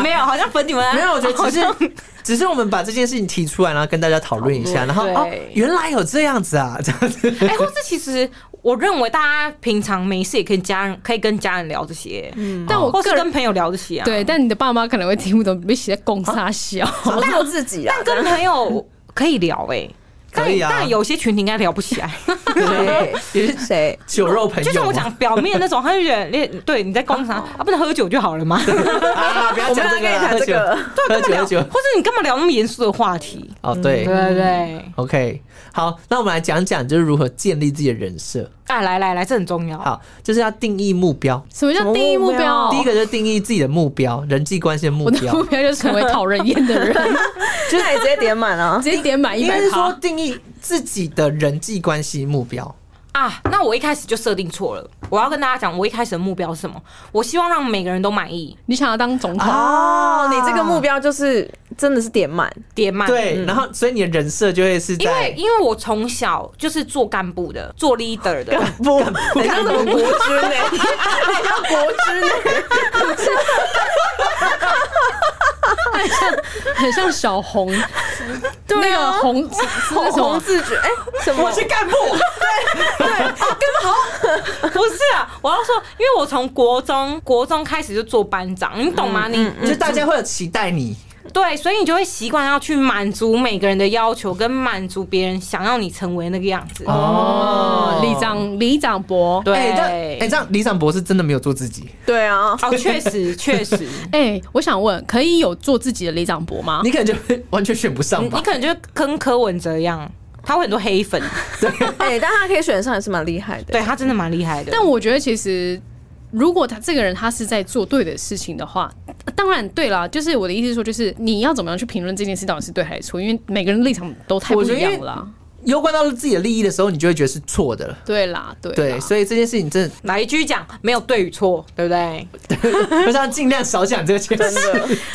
Speaker 6: 没有，好像粉底们
Speaker 4: [LAUGHS]
Speaker 6: 啊
Speaker 4: 没有，我觉得只是只是我们把这件事情提出来，然后跟大家讨论一下，然后
Speaker 6: 对
Speaker 4: 哦，原来有这样子啊，这 [LAUGHS] 样子。
Speaker 6: 哎、或是其实我认为大家平常没事也可以家人可以跟家人聊这些，嗯，
Speaker 4: 哦
Speaker 3: 但我
Speaker 6: 或是
Speaker 3: 个人
Speaker 6: 跟朋友聊这些啊。
Speaker 3: 对，但你的爸妈可能会听不懂，被写在公沙笑。
Speaker 5: 怎么做自己啊？
Speaker 6: 跟朋友可以聊
Speaker 4: [LAUGHS]
Speaker 6: 哎、但
Speaker 4: 可以啊
Speaker 6: 但有些群体应该聊
Speaker 4: [LAUGHS]
Speaker 6: 不起来。
Speaker 5: [LAUGHS] 谁？谁？
Speaker 4: 酒肉朋友啊
Speaker 6: 就
Speaker 4: 嘛，
Speaker 6: 像我讲表面那种，他就觉得你对你在工
Speaker 4: 哦
Speaker 6: 厂啊，不能喝酒就好了嘛。 [LAUGHS] 对，
Speaker 4: [LAUGHS] 啊，不要讲这个啦，喝
Speaker 5: 我们要跟你谈这
Speaker 4: 酒
Speaker 5: 个，
Speaker 4: 喝酒，喝
Speaker 6: 或
Speaker 4: 酒。
Speaker 6: 者你干嘛聊那么严肃的话题？
Speaker 4: 哦，对
Speaker 6: 对对对，
Speaker 4: ，OK，好，那我们来讲讲就是如何建立自己的人设。
Speaker 6: 啊，来来来，这很重要。
Speaker 4: 好，就是要定义目标。
Speaker 3: 什么叫定义目标？
Speaker 4: 第一个就是定义自己的目标，人际关系的目
Speaker 3: 哦我的
Speaker 4: 标
Speaker 3: 目。标就是成为讨人厌的 [LAUGHS] 人，
Speaker 5: 那你直接点满啊！
Speaker 3: 直接点满一
Speaker 4: 应
Speaker 3: 百
Speaker 4: 该是说
Speaker 3: 趴。
Speaker 4: 定义自己的人际关系目标。
Speaker 6: 啊，那我一开始就设定错了。我要跟大家讲，我一开始的目标是什么？我希望让每个人都满意，
Speaker 3: 你想要当总统，
Speaker 5: 哦，你这个目标就是真的是点满，
Speaker 6: 点满。
Speaker 4: 啊对，然后所以你的人设就会是
Speaker 6: 嗯因为
Speaker 4: 在
Speaker 6: 因为我从小就是做干部的，做 leader 的，
Speaker 4: [LAUGHS] 不
Speaker 5: 你像什么国军哦呢、 [LAUGHS] 你像国军呢、
Speaker 3: 很像小红，那个红啊是是那什
Speaker 5: 红
Speaker 3: 么？
Speaker 5: 自觉，哎、 [LAUGHS] 什么？
Speaker 4: 干部，
Speaker 6: [LAUGHS] 不是啊，我要说，因为我从国中国中开始就做班长，你懂
Speaker 4: 嗯
Speaker 6: 吗？你
Speaker 4: 就大家会有期待你。
Speaker 6: 对，所以你就会习惯要去满足每个人的要求，跟满足别人想要你成为那个样子。
Speaker 4: 哦
Speaker 3: 哦，李长李长博，
Speaker 6: 对，
Speaker 4: 哎，但哎，这样李长博是真的没有做自己，
Speaker 5: 对啊，
Speaker 6: 哦，确
Speaker 4: [LAUGHS]
Speaker 6: 实确实，你
Speaker 3: 哎、我想问，可以有做自己的李长博吗？
Speaker 4: 你可能就会完全选不上吧
Speaker 6: 你。可能就跟柯文哲一样，他会很多
Speaker 4: [LAUGHS]
Speaker 6: 黑粉，
Speaker 5: 哎、但他可以选上也是蛮厉害的。
Speaker 6: 对他真的蛮厉害的。
Speaker 3: 但我觉得其实。如果他这个人他是在做对的事情的话，当然对啦。就是我的意思是说，就是你要怎么样去评论这件事到底是对还是错，因为每个人立场都太不
Speaker 4: 我觉得
Speaker 3: 一
Speaker 4: 因为
Speaker 3: 样了啦。
Speaker 4: 攸关到自己的利益的时候，你就会觉得是错的了。
Speaker 3: 对啦，对啦
Speaker 4: 对，所以这件事情
Speaker 6: [LAUGHS]
Speaker 4: 真的，
Speaker 6: 来一句讲没有对与错，对不对？
Speaker 4: 我想尽量少讲这个件事。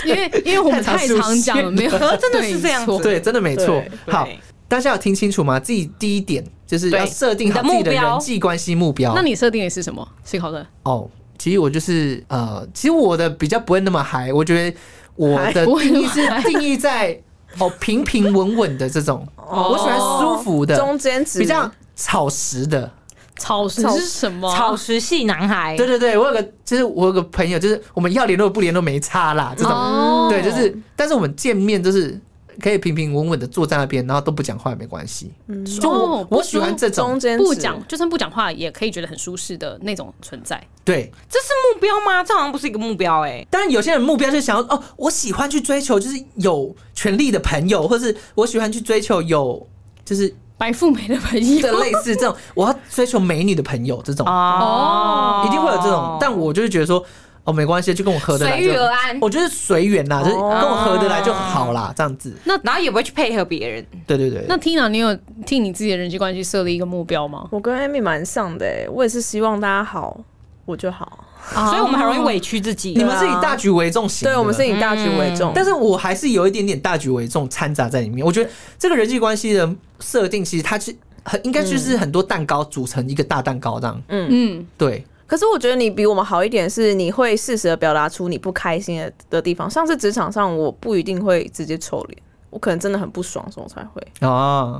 Speaker 3: 因为因为我们太常讲了，没
Speaker 4: [LAUGHS]
Speaker 3: 有
Speaker 6: 可是真的是这样子
Speaker 3: 对错
Speaker 4: 对，真的没错
Speaker 5: 对。
Speaker 4: 好，大家有听清楚吗？自己第一点就是要
Speaker 6: 对
Speaker 4: 设定好
Speaker 6: 你的
Speaker 4: 自己
Speaker 6: 目
Speaker 4: 的
Speaker 6: 标
Speaker 4: 人际关系目标。
Speaker 3: 那你设定的是什么？幸好的，
Speaker 4: 哦，其实我就是呃，其实我的比较不会那么嗨，我觉得我的
Speaker 3: 不会
Speaker 4: 定义是
Speaker 3: 那么嗨
Speaker 4: 定义在哦
Speaker 3: [LAUGHS]
Speaker 4: 平平稳稳的这种，
Speaker 3: 哦
Speaker 4: 我喜欢舒服的，
Speaker 5: 中间值
Speaker 4: 比较草食的。
Speaker 3: 草食
Speaker 5: 草
Speaker 3: 是什么？
Speaker 6: 草食系男孩，
Speaker 4: 对对对，我有个就是我有个朋友，就是我们要联络不联络没差啦，这种、
Speaker 3: 哦
Speaker 4: 对，就是但是我们见面就是。可以平平稳稳的坐在那边，然后都不讲话也没关系。就我、
Speaker 3: 哦
Speaker 4: 我喜欢这种
Speaker 5: 中，间值
Speaker 3: 不讲，就算不讲话也可以觉得很舒适的那种存在。
Speaker 4: 对，
Speaker 6: 这是目标吗？这好像不是一个目标哎、
Speaker 4: 当然，有些人目标是想要哦，我喜欢去追求就是有权利的朋友，或是我喜欢去追求有就是
Speaker 3: 白富美的朋
Speaker 4: 这
Speaker 3: 友，
Speaker 4: 类似这种，我要追求美女的朋友这种，
Speaker 6: 哦
Speaker 3: 哦
Speaker 4: 一定会有这种。但我就是觉得说，哦，没关系，就跟我合得来
Speaker 6: 随遇
Speaker 4: 就
Speaker 6: 而安
Speaker 4: 我觉得随缘啦，就是跟
Speaker 5: 哦
Speaker 4: 我合得来就好啦，这样子。
Speaker 6: 然后也不会去配合别人，
Speaker 4: 对对对，
Speaker 3: 那 Tina，你有替你自己的人际关系设立一个目标吗？
Speaker 5: 我跟 Amy 蛮像的、欸，我也是希望大家好，我就好。
Speaker 3: 所
Speaker 6: 所以我们很容易委屈自己。
Speaker 4: 你们是以大局为重型的，
Speaker 5: 对，我们是以大局为重。
Speaker 4: 但是我还是有一点点大局为重掺杂在里面。我觉得这个人际关系的设定，其实它是很应该
Speaker 5: 嗯
Speaker 4: 就是很多蛋糕组成一个大蛋糕这样。
Speaker 3: 嗯，
Speaker 4: 对，
Speaker 5: 可是我觉得你比我们好一点，是你会适时的表达出你不开心的的地方。像是职场上，我不一定会直接臭脸，我可能真的很不爽，所以我才会，
Speaker 4: 哦，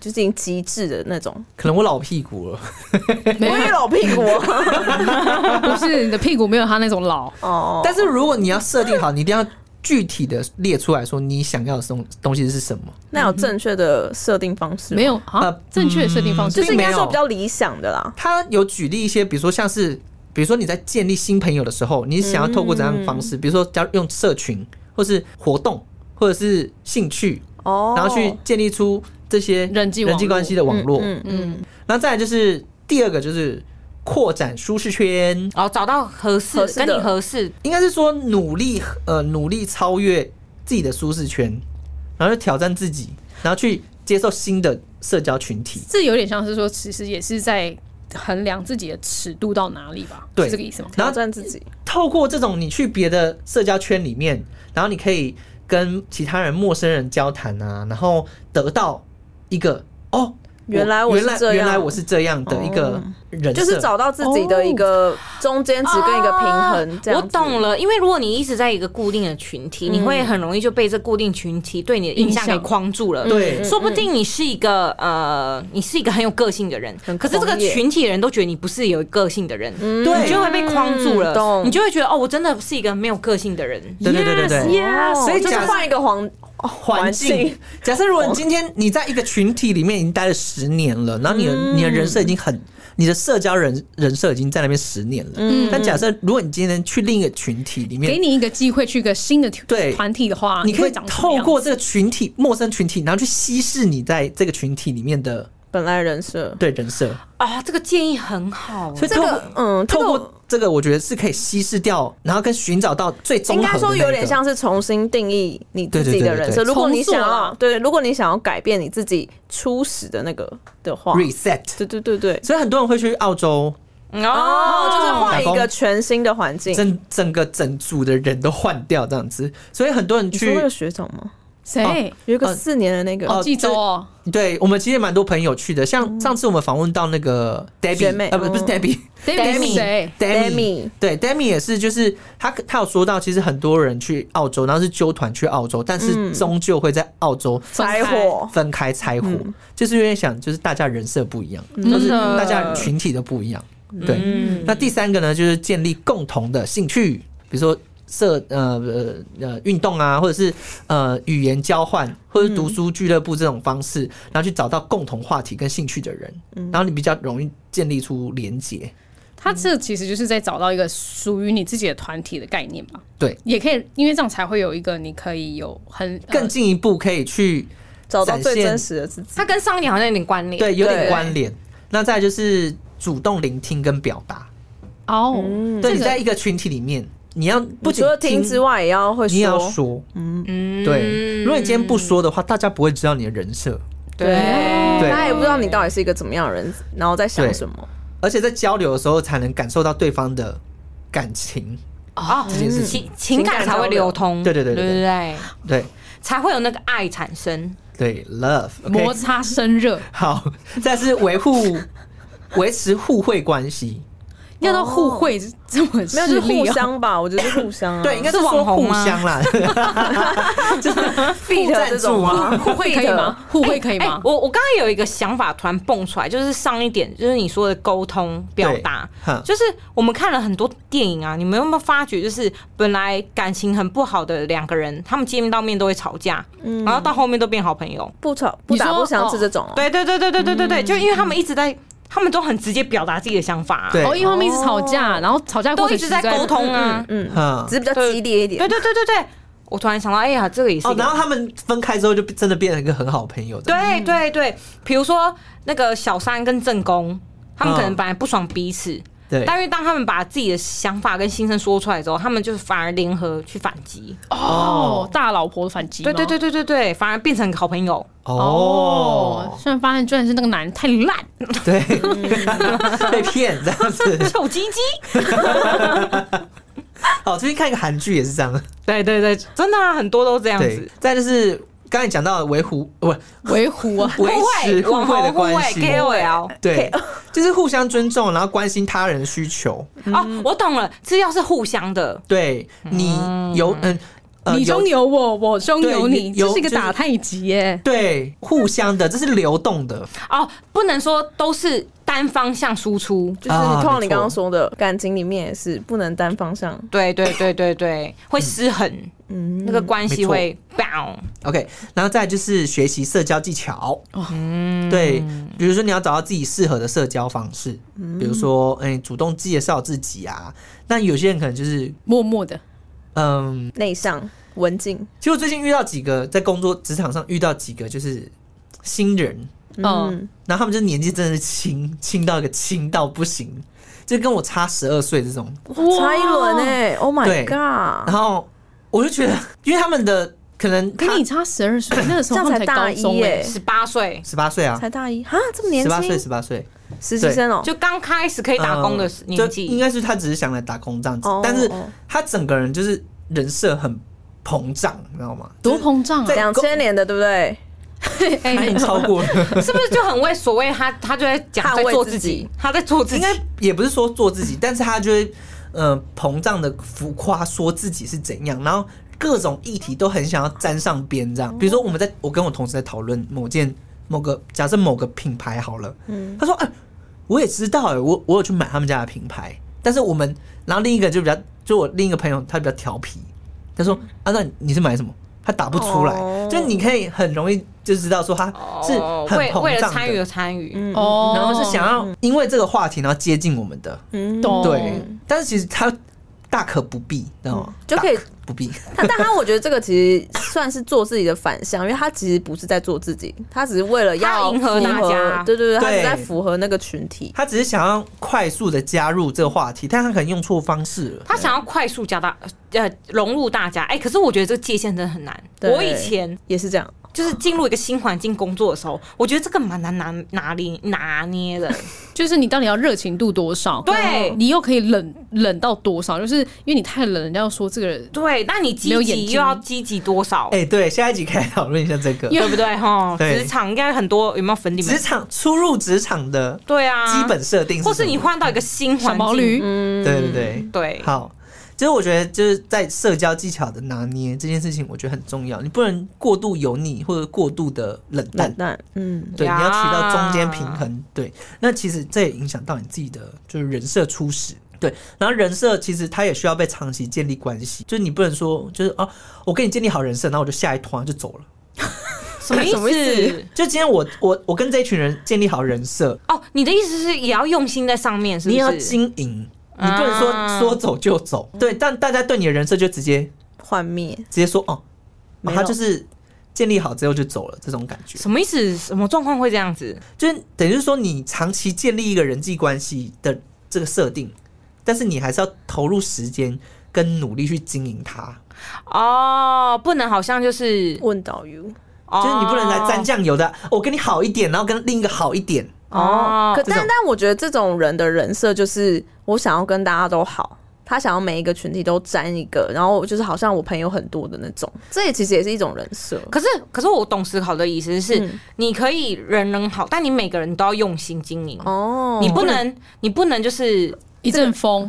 Speaker 5: 就是已经极致的那种。
Speaker 4: 可能我老屁股了。
Speaker 3: 没有
Speaker 5: 我，也老
Speaker 4: [LAUGHS]
Speaker 5: 屁股啊
Speaker 3: 不是你的屁股没有他那种
Speaker 6: [LAUGHS]
Speaker 3: 老。
Speaker 5: 哦，
Speaker 4: 但是如果你要设定好，你一定要具体的列出来说你想要的东东西是什么。
Speaker 5: 那有正确的设定方式吗，
Speaker 3: 没有啊
Speaker 4: 呃，
Speaker 3: 正确的设定方式
Speaker 5: 嗯就是
Speaker 4: 并
Speaker 5: 应
Speaker 4: 没有
Speaker 5: 该说比较理想的啦。
Speaker 4: 他有举例一些，比如说像是，比如说你在建立新朋友的时候，你想要透过怎样的方式？比如说加入用社群，或是活动，或者是兴趣，
Speaker 5: 哦，
Speaker 4: 然后去建立出这些
Speaker 3: 人际网
Speaker 4: 人
Speaker 3: 络
Speaker 4: 际关系的网络。
Speaker 5: 嗯嗯，
Speaker 4: 然后再来就是第二个就是扩展舒适圈，
Speaker 6: 哦，找到合适
Speaker 5: 合适的
Speaker 6: 跟你合适，
Speaker 4: 应该是说努力呃努力超越自己的舒适圈，然后去挑战自己，然后去接受新的社交群体。
Speaker 3: 这有点像是说，其实也是在衡量自己的尺度到哪里吧？
Speaker 4: 对
Speaker 3: 是这个意思吗？
Speaker 4: 然
Speaker 5: 挑
Speaker 4: 后
Speaker 5: 战自己。
Speaker 4: 透过这种你去别的社交圈里面，然后你可以跟其他人、陌生人交谈啊，然后得到一个哦，
Speaker 5: 原来我
Speaker 4: 原
Speaker 5: 是
Speaker 4: 来
Speaker 5: 这样哦
Speaker 4: 原来我是这样的一个人设，
Speaker 5: 就是找到自己的一个
Speaker 4: 哦
Speaker 5: 中间值跟一个平
Speaker 4: 啊
Speaker 5: 衡，这样
Speaker 6: 啊我
Speaker 5: 子嗯
Speaker 6: 懂了，因为如果你一直在一个固定的群体，你会很容易就被这固定群体对你的印象给
Speaker 3: 影响
Speaker 6: 框住了。
Speaker 4: 对
Speaker 6: 说不定你是一个呃，你是一个很有个性的人，
Speaker 5: 很
Speaker 6: 可是这个
Speaker 5: 狂野
Speaker 6: 群体的人都觉得你不是有个性的人，
Speaker 4: 对
Speaker 6: 你就会被框住了，
Speaker 5: 嗯懂
Speaker 6: 你就会觉得哦，我真的是一个没有个性的人。
Speaker 4: 对对对对对
Speaker 5: Yes，
Speaker 4: 所以
Speaker 5: 哦就是
Speaker 4: 假设
Speaker 5: 换一个环
Speaker 4: 环境。假设如果你今天你在一个群体里面已经待了十年了，然后你的、
Speaker 5: 嗯
Speaker 4: 你的人设已经很，你的社交人人设已经在那边十年了。
Speaker 5: 嗯
Speaker 4: 但假设如果你今天去另一个群体里
Speaker 3: 给
Speaker 4: 面，
Speaker 3: 你一个机会去一个新的
Speaker 4: 对
Speaker 3: 团体的
Speaker 5: 啊
Speaker 3: 话，
Speaker 4: 你可以
Speaker 3: 会长什么
Speaker 4: 透
Speaker 3: 样
Speaker 4: 过这个群体陌生群体，然后去稀释你在这个群体里面的
Speaker 5: 本来人设。
Speaker 4: 对人设，
Speaker 6: 啊，这个建议很好
Speaker 4: 所
Speaker 6: 欸，
Speaker 4: 以
Speaker 5: 这
Speaker 4: 透
Speaker 5: 个
Speaker 4: 过，
Speaker 5: 嗯，这
Speaker 4: 透
Speaker 5: 个我
Speaker 4: 过这个，我觉得是可以稀释掉，然后跟寻找到最综
Speaker 5: 应
Speaker 4: 合的
Speaker 5: 该说
Speaker 4: 那
Speaker 5: 有
Speaker 4: 一
Speaker 5: 点
Speaker 4: 个
Speaker 5: 像是重新定义你自己的
Speaker 4: 对对对
Speaker 5: 人
Speaker 4: 对对
Speaker 5: 设。如果你想
Speaker 3: 重塑
Speaker 5: 要
Speaker 3: 啊
Speaker 5: 对，如果你想要改变你自己初始的那个的话，
Speaker 4: reset。
Speaker 5: 对对对对，
Speaker 4: 所以很多人会去澳洲，
Speaker 5: 哦，就是换一
Speaker 4: 打
Speaker 5: 个
Speaker 4: 工
Speaker 5: 全新的环境。
Speaker 4: 整整个整组的人都换掉这样子，所以很多人
Speaker 5: 你说那
Speaker 4: 去
Speaker 5: 个学长吗？
Speaker 3: 谁？
Speaker 5: 有一个
Speaker 4: 呃
Speaker 5: 四年的那个，
Speaker 3: 哦，济州哦，
Speaker 4: 对我们其实蛮多朋友去的，像上次我们访问到那个
Speaker 5: 嗯学
Speaker 4: Debbie，
Speaker 5: 妹
Speaker 4: 呃，不不是
Speaker 5: 嗯 [LAUGHS]
Speaker 4: Debbie，Demi，
Speaker 3: Demi 是谁？
Speaker 5: Demi
Speaker 4: 对 Demi 也是，就是他他有说到，其实很多人去澳洲，然后是纠团去澳洲，但是
Speaker 5: 嗯
Speaker 4: 终究会在澳洲
Speaker 5: 柴火，
Speaker 4: 分开拆伙，
Speaker 5: 嗯
Speaker 4: 就是因为想，就是大家人设不一样，
Speaker 3: 真的
Speaker 4: 就是大家群体都不一样。对，
Speaker 6: 嗯
Speaker 4: 那第三个呢，就是建立共同的兴趣，比如说社呃呃呃运动啊，或者是呃语言交换，或者是读书俱乐部这种方式，然后去找到共同话题跟兴趣的人，
Speaker 5: 嗯
Speaker 4: 然后你比较容易建立出连结。
Speaker 3: 他这其实就是在找到一个属于你自己的团体的概念吧。
Speaker 4: 对，
Speaker 3: 也可以，因为这样才会有一个你可以有很
Speaker 4: 更
Speaker 3: 呃
Speaker 4: 进一步可以去
Speaker 5: 找到最
Speaker 4: 展现
Speaker 5: 真实的自己。
Speaker 6: 它跟上一点好像有点关联。
Speaker 4: 对有点
Speaker 5: 对
Speaker 4: 关联。那再来就是主动聆听跟表达，
Speaker 3: 哦，
Speaker 5: 嗯
Speaker 4: 对你
Speaker 3: 这个
Speaker 4: 在一个群体里面，你要不
Speaker 5: 你
Speaker 4: 仅
Speaker 5: 除了听之，外，也要会
Speaker 4: 你也要
Speaker 5: 说。
Speaker 4: 说。
Speaker 6: 嗯
Speaker 4: 对，如果你今天不说的话，大家不会知道你的人设。
Speaker 5: 对，
Speaker 4: 对
Speaker 5: 大家也不知道你到底是一个怎么样的人，然后在想
Speaker 4: 对
Speaker 5: 什么。
Speaker 4: 而且在交流的时候才能感受到对方的感情。
Speaker 6: 哦，
Speaker 4: 这件事情
Speaker 6: 情情感才会流通，
Speaker 4: 对对对
Speaker 6: 对
Speaker 4: 对对
Speaker 6: 不对，
Speaker 4: 对
Speaker 6: 才会有那个爱产生。
Speaker 4: 对，love、
Speaker 3: 摩
Speaker 4: OK，
Speaker 3: 擦生热，
Speaker 4: 好，再是维护、
Speaker 6: [LAUGHS]
Speaker 4: 维持互惠关系。
Speaker 3: 要到互惠这么
Speaker 5: 没有，就是
Speaker 3: 势利
Speaker 5: 互
Speaker 3: 哦。
Speaker 5: 相吧，我觉得是互相啊。
Speaker 4: 对，应该
Speaker 6: 是
Speaker 4: 说互
Speaker 6: 网红吗
Speaker 4: 相
Speaker 6: [LAUGHS]
Speaker 4: 啦，
Speaker 5: feed
Speaker 4: 赞
Speaker 5: 这种
Speaker 4: 助啊
Speaker 5: 吗
Speaker 3: 互惠可以吗？互惠可以
Speaker 6: 哎
Speaker 3: 吗？
Speaker 6: 我我刚刚有一个想法突然蹦出来，就是上一点，就是你说的沟通表达
Speaker 4: 对哈，
Speaker 6: 就是我们看了很多电影啊，你们有没有发觉，就是本来感情很不好的两个人，他们见到面都会吵架，
Speaker 3: 嗯
Speaker 6: 然后到后面都变好朋友。
Speaker 5: 不吵不打
Speaker 3: 你说
Speaker 5: 不相识这
Speaker 4: 嗯
Speaker 5: 种哦。
Speaker 6: 对对对对对对对
Speaker 3: 嗯
Speaker 6: 对，就因为他们一直在，他们都很直接表达自己的想法、啊，
Speaker 4: 对
Speaker 3: 哦，因为他们一直吵架，然后吵架过
Speaker 6: 都
Speaker 3: 程
Speaker 6: 一直在沟通啊。
Speaker 5: 嗯，
Speaker 4: 嗯
Speaker 5: 只。是比较激烈一点
Speaker 6: 对。对对对对，我突然想到，哎呀，这个也是一
Speaker 4: 哦，
Speaker 6: 个
Speaker 4: 然后他们分开之后就真的变成一个很好朋友。，
Speaker 6: 对对对，比如说那个小三跟正宫，他们可能
Speaker 4: 嗯
Speaker 6: 本来不爽彼此，
Speaker 4: 对
Speaker 6: 但因为当他们把自己的想法跟心声说出来之后，他们就反而联合去反击。
Speaker 3: 哦，大老婆的反击吗。
Speaker 6: 对对对对对对，反而变成好朋友。
Speaker 3: 哦，
Speaker 4: 哦，
Speaker 3: 虽然发现居然是那个男的太烂，
Speaker 6: [LAUGHS]
Speaker 4: 对，被骗这样子。
Speaker 6: 臭鸡鸡。
Speaker 4: 哦，最近看一个韩剧也是这样，
Speaker 6: 对对对，真的、啊、很多都这样
Speaker 4: 对
Speaker 6: 子。。
Speaker 4: 再就是刚才讲到的维护，不
Speaker 3: 维护啊，
Speaker 4: 维持
Speaker 6: 互
Speaker 4: 互惠的关系，
Speaker 6: KOL。
Speaker 4: 对，
Speaker 3: 哦
Speaker 4: [LAUGHS] 就是互相尊重，然后关心他人需求。
Speaker 6: 哦，我懂了，这要是互相的，
Speaker 4: 对你有嗯，呃
Speaker 3: 你
Speaker 4: 有
Speaker 3: 中有我，我中有你，
Speaker 4: 对有
Speaker 3: 这是一个
Speaker 4: 就是
Speaker 3: 打太极耶。
Speaker 4: 对互相的，这是流动的，
Speaker 6: 哦，不能说都是单方向输出。
Speaker 5: 就是
Speaker 4: 啊
Speaker 5: 你通
Speaker 4: 没
Speaker 5: 常你
Speaker 4: 错
Speaker 5: 刚刚说的感情里面也是不能单方向，
Speaker 6: 对对对对对，会失衡，
Speaker 5: 嗯，
Speaker 6: 那个关系
Speaker 4: 没错
Speaker 6: 会 bow。
Speaker 4: OK，然后再来就是学习社交技巧。
Speaker 3: 哦
Speaker 4: 嗯对，比如说你要找到自己适合的社交方式，
Speaker 3: 嗯
Speaker 4: 比如说哎、主动介绍自己啊。那有些人可能就是
Speaker 3: 默默的，
Speaker 4: 嗯，
Speaker 5: 内向文静，
Speaker 4: 其实我最近遇到几个在工作职场上遇到几个就是新人，
Speaker 3: 嗯，
Speaker 5: 嗯，
Speaker 4: 然后他们就是年纪真的是轻轻到一个轻到不行，就跟我差十二岁这种。
Speaker 5: 差一轮
Speaker 3: 哇，
Speaker 5: 哎，Oh my
Speaker 4: 对
Speaker 5: god，
Speaker 4: 然后我就觉得，因为他们的可能他
Speaker 3: 跟你差十二岁，那个时
Speaker 5: 这
Speaker 3: 候
Speaker 5: 样
Speaker 3: 他们
Speaker 5: 才
Speaker 3: 才
Speaker 5: 大
Speaker 3: 高
Speaker 5: 一
Speaker 3: 中哎
Speaker 5: 耶，，
Speaker 6: 十八岁
Speaker 4: 十八岁啊，
Speaker 5: 才大一哈，这么年
Speaker 4: 十八岁，
Speaker 5: 轻，
Speaker 4: 十八岁
Speaker 5: 实习生哦，
Speaker 6: 就刚开始可以打工的时
Speaker 4: 嗯
Speaker 6: 年
Speaker 4: 就应
Speaker 6: 纪，
Speaker 4: 该是他只是想来打工这样子
Speaker 5: 哦，
Speaker 4: 但是
Speaker 5: 哦
Speaker 4: 他整个人就是人设很膨胀，你知道吗？
Speaker 3: 多膨胀啊！
Speaker 4: 在
Speaker 5: 两千年的对不对？
Speaker 3: 哎
Speaker 4: 他已经超过了，
Speaker 6: 哎是不是就很为所谓他他就在
Speaker 4: [LAUGHS]
Speaker 6: 讲
Speaker 5: 捍
Speaker 6: 在
Speaker 5: 卫
Speaker 6: 做
Speaker 5: 自
Speaker 6: 自己
Speaker 5: 己，
Speaker 6: 他在做自
Speaker 4: 应
Speaker 6: 己
Speaker 4: 该，也不是说做
Speaker 6: [LAUGHS]
Speaker 4: 自己，但是他就会呃膨胀的浮夸，说自己是怎样，然后。各种议题都很想要沾上边，
Speaker 6: 哦
Speaker 4: 这样。比如说，我们在我跟我同事在讨论某件某个假设某个品牌好了，
Speaker 6: 嗯
Speaker 4: 他说：“哎、我也知道、哎，我我有去买他们家的品牌，但是我们，然后另一个就比较，就我另一个朋友他比较调皮，他说：‘
Speaker 6: 嗯
Speaker 4: 啊，那你是买什么？’他打不出来，
Speaker 5: 哦
Speaker 4: 就你可以很容易就知道说他是
Speaker 6: 哦
Speaker 4: 很
Speaker 6: 为为
Speaker 4: 膨
Speaker 6: 了
Speaker 4: 胀
Speaker 6: 参与而
Speaker 4: 的，嗯
Speaker 6: 参与，
Speaker 3: 哦，
Speaker 4: 然后是想要因为这个话题然后接近我们的，
Speaker 5: 嗯
Speaker 3: 懂
Speaker 4: 对。但是其实他大可不必，知道吗？
Speaker 5: 就可以
Speaker 4: 大可不必。
Speaker 5: 他但他我觉得这个其实算是做自己的反向，因为他其实不是在做自己，他只是为了要
Speaker 6: 他迎合
Speaker 5: 符
Speaker 6: 大家
Speaker 5: 对对对，他
Speaker 4: 对
Speaker 5: 只是在符合那个群体。
Speaker 4: 他只是想要快速的加入这个话题，但他可能用错方式了。
Speaker 6: 他想要快速加大呃融入大家，哎、可是我觉得这个界限真的很难。
Speaker 5: 对
Speaker 6: 我以前
Speaker 5: 也是这样，
Speaker 6: 就是进入一个新环境工作的时候，我觉得这个蛮难拿拿捏拿捏
Speaker 4: [LAUGHS]
Speaker 6: 的。
Speaker 3: 就是你到底要热情度多少？
Speaker 6: 对
Speaker 3: 你又可以冷冷到多少？就是因为你太冷，人家又说这个人，
Speaker 6: 对，那你
Speaker 3: 没
Speaker 6: 积
Speaker 3: 有眼
Speaker 6: 极
Speaker 3: 睛
Speaker 6: 又要积极多少？
Speaker 4: 哎、对，下一集可以讨论一下这个
Speaker 3: 因为
Speaker 6: 对不
Speaker 4: [LAUGHS]
Speaker 6: 对？哈，
Speaker 4: 对
Speaker 6: 职场应该很多有没有粉底们
Speaker 4: 职？场初入职场的
Speaker 6: 对啊，
Speaker 4: 基本设定什么，
Speaker 6: 或是你嗯换到一个新
Speaker 3: 小
Speaker 6: 环
Speaker 3: 毛
Speaker 6: 境，
Speaker 5: 嗯
Speaker 3: 驴，
Speaker 4: 对对对。
Speaker 6: 对，
Speaker 4: 好，就是我觉得就是在社交技巧的拿捏这件事情，我觉得很重要。你不能过度油腻或者过度的冷淡
Speaker 5: 冷，淡，嗯，
Speaker 4: 对，你
Speaker 6: 呀
Speaker 4: 要取到中间平衡。对，那其实这也影响到你自己的就是人设初始。对，然后人设其实它也需要被长期建立关系，就是你不能说就是哦，我跟你建立好人设，然后我就下一团就走了。
Speaker 6: 什么意
Speaker 5: 什么意
Speaker 6: 思
Speaker 5: 思？
Speaker 4: 就今天我我我跟这一群人建立好人设，
Speaker 6: 哦，你的意思是也要用心在上面，是不
Speaker 4: 你
Speaker 6: 是？
Speaker 4: 也要经营，你不能
Speaker 6: 啊
Speaker 4: 说说走就走。对，但大家对你的人设就直接
Speaker 5: 幻灭，
Speaker 4: 直接说哦，
Speaker 5: 没
Speaker 4: 啊、
Speaker 5: 有
Speaker 4: 他就是建立好之后就走了，这种感觉，
Speaker 6: 什么意思？什么状况会这样子？
Speaker 4: 就是等于是说你长期建立一个人际关系的这个设定，但是你还是要投入时间跟努力去经营它，
Speaker 6: 哦，不能好像就是，哦
Speaker 5: 问到 you
Speaker 6: 就
Speaker 4: 就是你不能来沾酱油的，哦我跟你好一点，然后跟另一个好一点，
Speaker 6: 哦
Speaker 5: 可
Speaker 4: 这种
Speaker 5: 但但我觉得这种人的人设就是我想要跟大家都好。他想要每一个群体都沾一个，然后就是好像我朋友很多的那种，这也其实也是一种人设。
Speaker 6: 可是，可是我懂思考的意思是，
Speaker 5: 嗯
Speaker 6: 你可以人人好，但你每个人都要用心经营，
Speaker 5: 哦，
Speaker 6: 你不能，你不能就是
Speaker 3: 一阵风，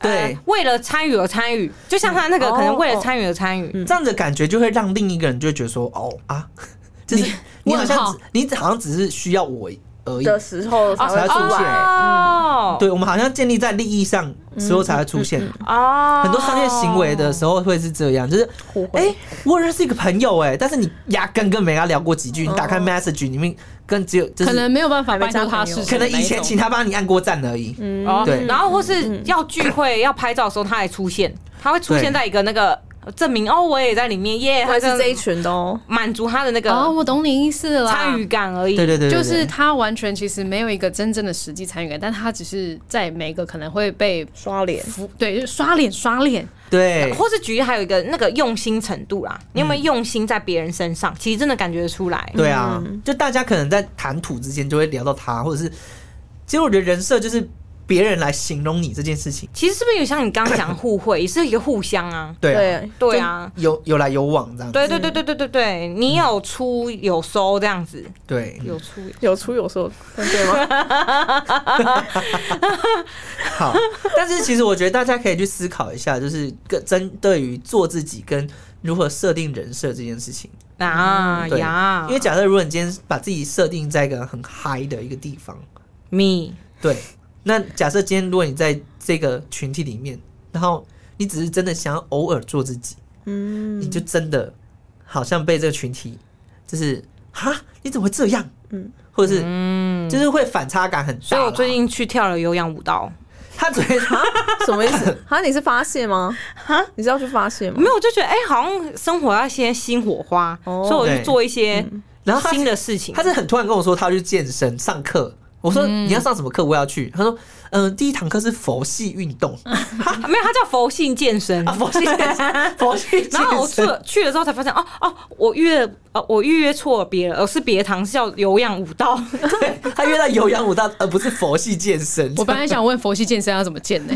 Speaker 4: 对。
Speaker 6: 呃为了参与而参与，就像他那个
Speaker 5: 嗯
Speaker 6: 可能
Speaker 5: 哦
Speaker 6: 为了参与而参与，
Speaker 4: 这样的感觉就会让另一个人就会觉得说，哦啊，就是你好
Speaker 3: 问
Speaker 4: 像
Speaker 3: 号
Speaker 4: 只你好像只是需要我而已，
Speaker 5: 的时候才
Speaker 4: 才
Speaker 5: 会
Speaker 4: 要出
Speaker 5: 出
Speaker 4: 现
Speaker 5: 来。
Speaker 6: 哦，
Speaker 4: 对我们好像建立在利益上之后才会出现，
Speaker 6: 哦，
Speaker 4: 很多商业行为的时候会是这样，就是
Speaker 5: 互惠
Speaker 4: 哎、我认识一个朋友哎、但是你压根跟没跟他聊过几句，你打开 message 里面跟只有就是
Speaker 3: 可能没有办法
Speaker 5: 还没
Speaker 3: 拜托
Speaker 5: 交朋
Speaker 3: 他
Speaker 5: 友
Speaker 3: 事情
Speaker 4: 可
Speaker 3: 的
Speaker 4: 能
Speaker 3: 那一种。
Speaker 4: 以前请他帮你按过赞而已，
Speaker 6: 哦，
Speaker 4: 对
Speaker 6: 然后或是要聚会、要拍照的时候，他还出现，他会出
Speaker 4: 对
Speaker 6: 现在一个那个证明哦，我也在里面耶，
Speaker 5: 我
Speaker 6: 他
Speaker 5: 也是
Speaker 6: 跟
Speaker 5: 这一群的哦。
Speaker 6: 满足他的那
Speaker 3: 哦，
Speaker 6: 个
Speaker 3: 我懂你意思了，
Speaker 6: 参与感而已。
Speaker 4: 对对对对对
Speaker 3: 就是他完全其实没有一个真正的实际参与感，但他只是在每个可能会被
Speaker 5: 刷脸，
Speaker 3: 服，对，就是刷脸刷脸，
Speaker 4: 对嗯
Speaker 6: 或是举例还有一个那个用心程度啦，你有没有用心在别人身上？其实真的感觉得出来。
Speaker 4: 对啊，就大家可能在谈吐之间就会聊到他，或者是其实我觉得人设就是别人来形容你这件事情，
Speaker 6: 其实是不是有像你刚刚讲的互惠，也是一个互相啊？
Speaker 4: 对啊。嗯
Speaker 5: 对，
Speaker 6: 对啊，
Speaker 4: 有有来有往这样子，
Speaker 6: 对对对对对对对，你有出有收这样子，
Speaker 4: 对，
Speaker 6: 有出
Speaker 5: 有出有说，对
Speaker 6: [LAUGHS]
Speaker 5: 吗？
Speaker 4: 好。但是其实我觉得大家可以去思考一下，就是跟针对于做自己跟如何设定人设这件事情。
Speaker 6: 啊
Speaker 4: 对
Speaker 6: 呀，
Speaker 4: 因为假设如果你今天把自己设定在一个很嗨的一个地方，
Speaker 6: me [LAUGHS]
Speaker 4: 对，那假设今天如果你在这个群体里面，然后你只是真的想要偶尔做自己，
Speaker 5: 嗯，
Speaker 4: 你就真的好像被这个群体就是哈，你怎么会这样？嗯
Speaker 5: 嗯，
Speaker 4: 或者是就是会反差感很大啦。
Speaker 6: 嗯所以我最近去跳了有氧舞蹈，
Speaker 4: 他昨
Speaker 6: [LAUGHS]
Speaker 4: 天
Speaker 5: 什么意思？哈，你是发泄吗？哈，你是要去发泄吗
Speaker 6: 没？有，我就觉得哎、好像生活要一些新火花，
Speaker 5: 哦
Speaker 6: 所以我
Speaker 4: 对
Speaker 6: 去做一些啊
Speaker 4: 然后他
Speaker 6: 新的事情。嗯
Speaker 4: 他是很突然跟我说他要去健身上课。我说你要上什么课？我也要去。他说，嗯、第一堂课是佛系运
Speaker 6: [LAUGHS]
Speaker 4: 动
Speaker 6: 啊没有，他叫佛性健身
Speaker 4: 啊，。佛系健
Speaker 6: [LAUGHS]
Speaker 4: 身，佛系健身。
Speaker 6: 然后我去了去了之后才发现，哦哦，我预约呃我预约错了别人，而是别堂是叫有氧舞蹈，
Speaker 4: [LAUGHS] 对他约到有氧舞蹈，而不是佛系健身。
Speaker 3: 我本来想问佛系健身要怎么健呢？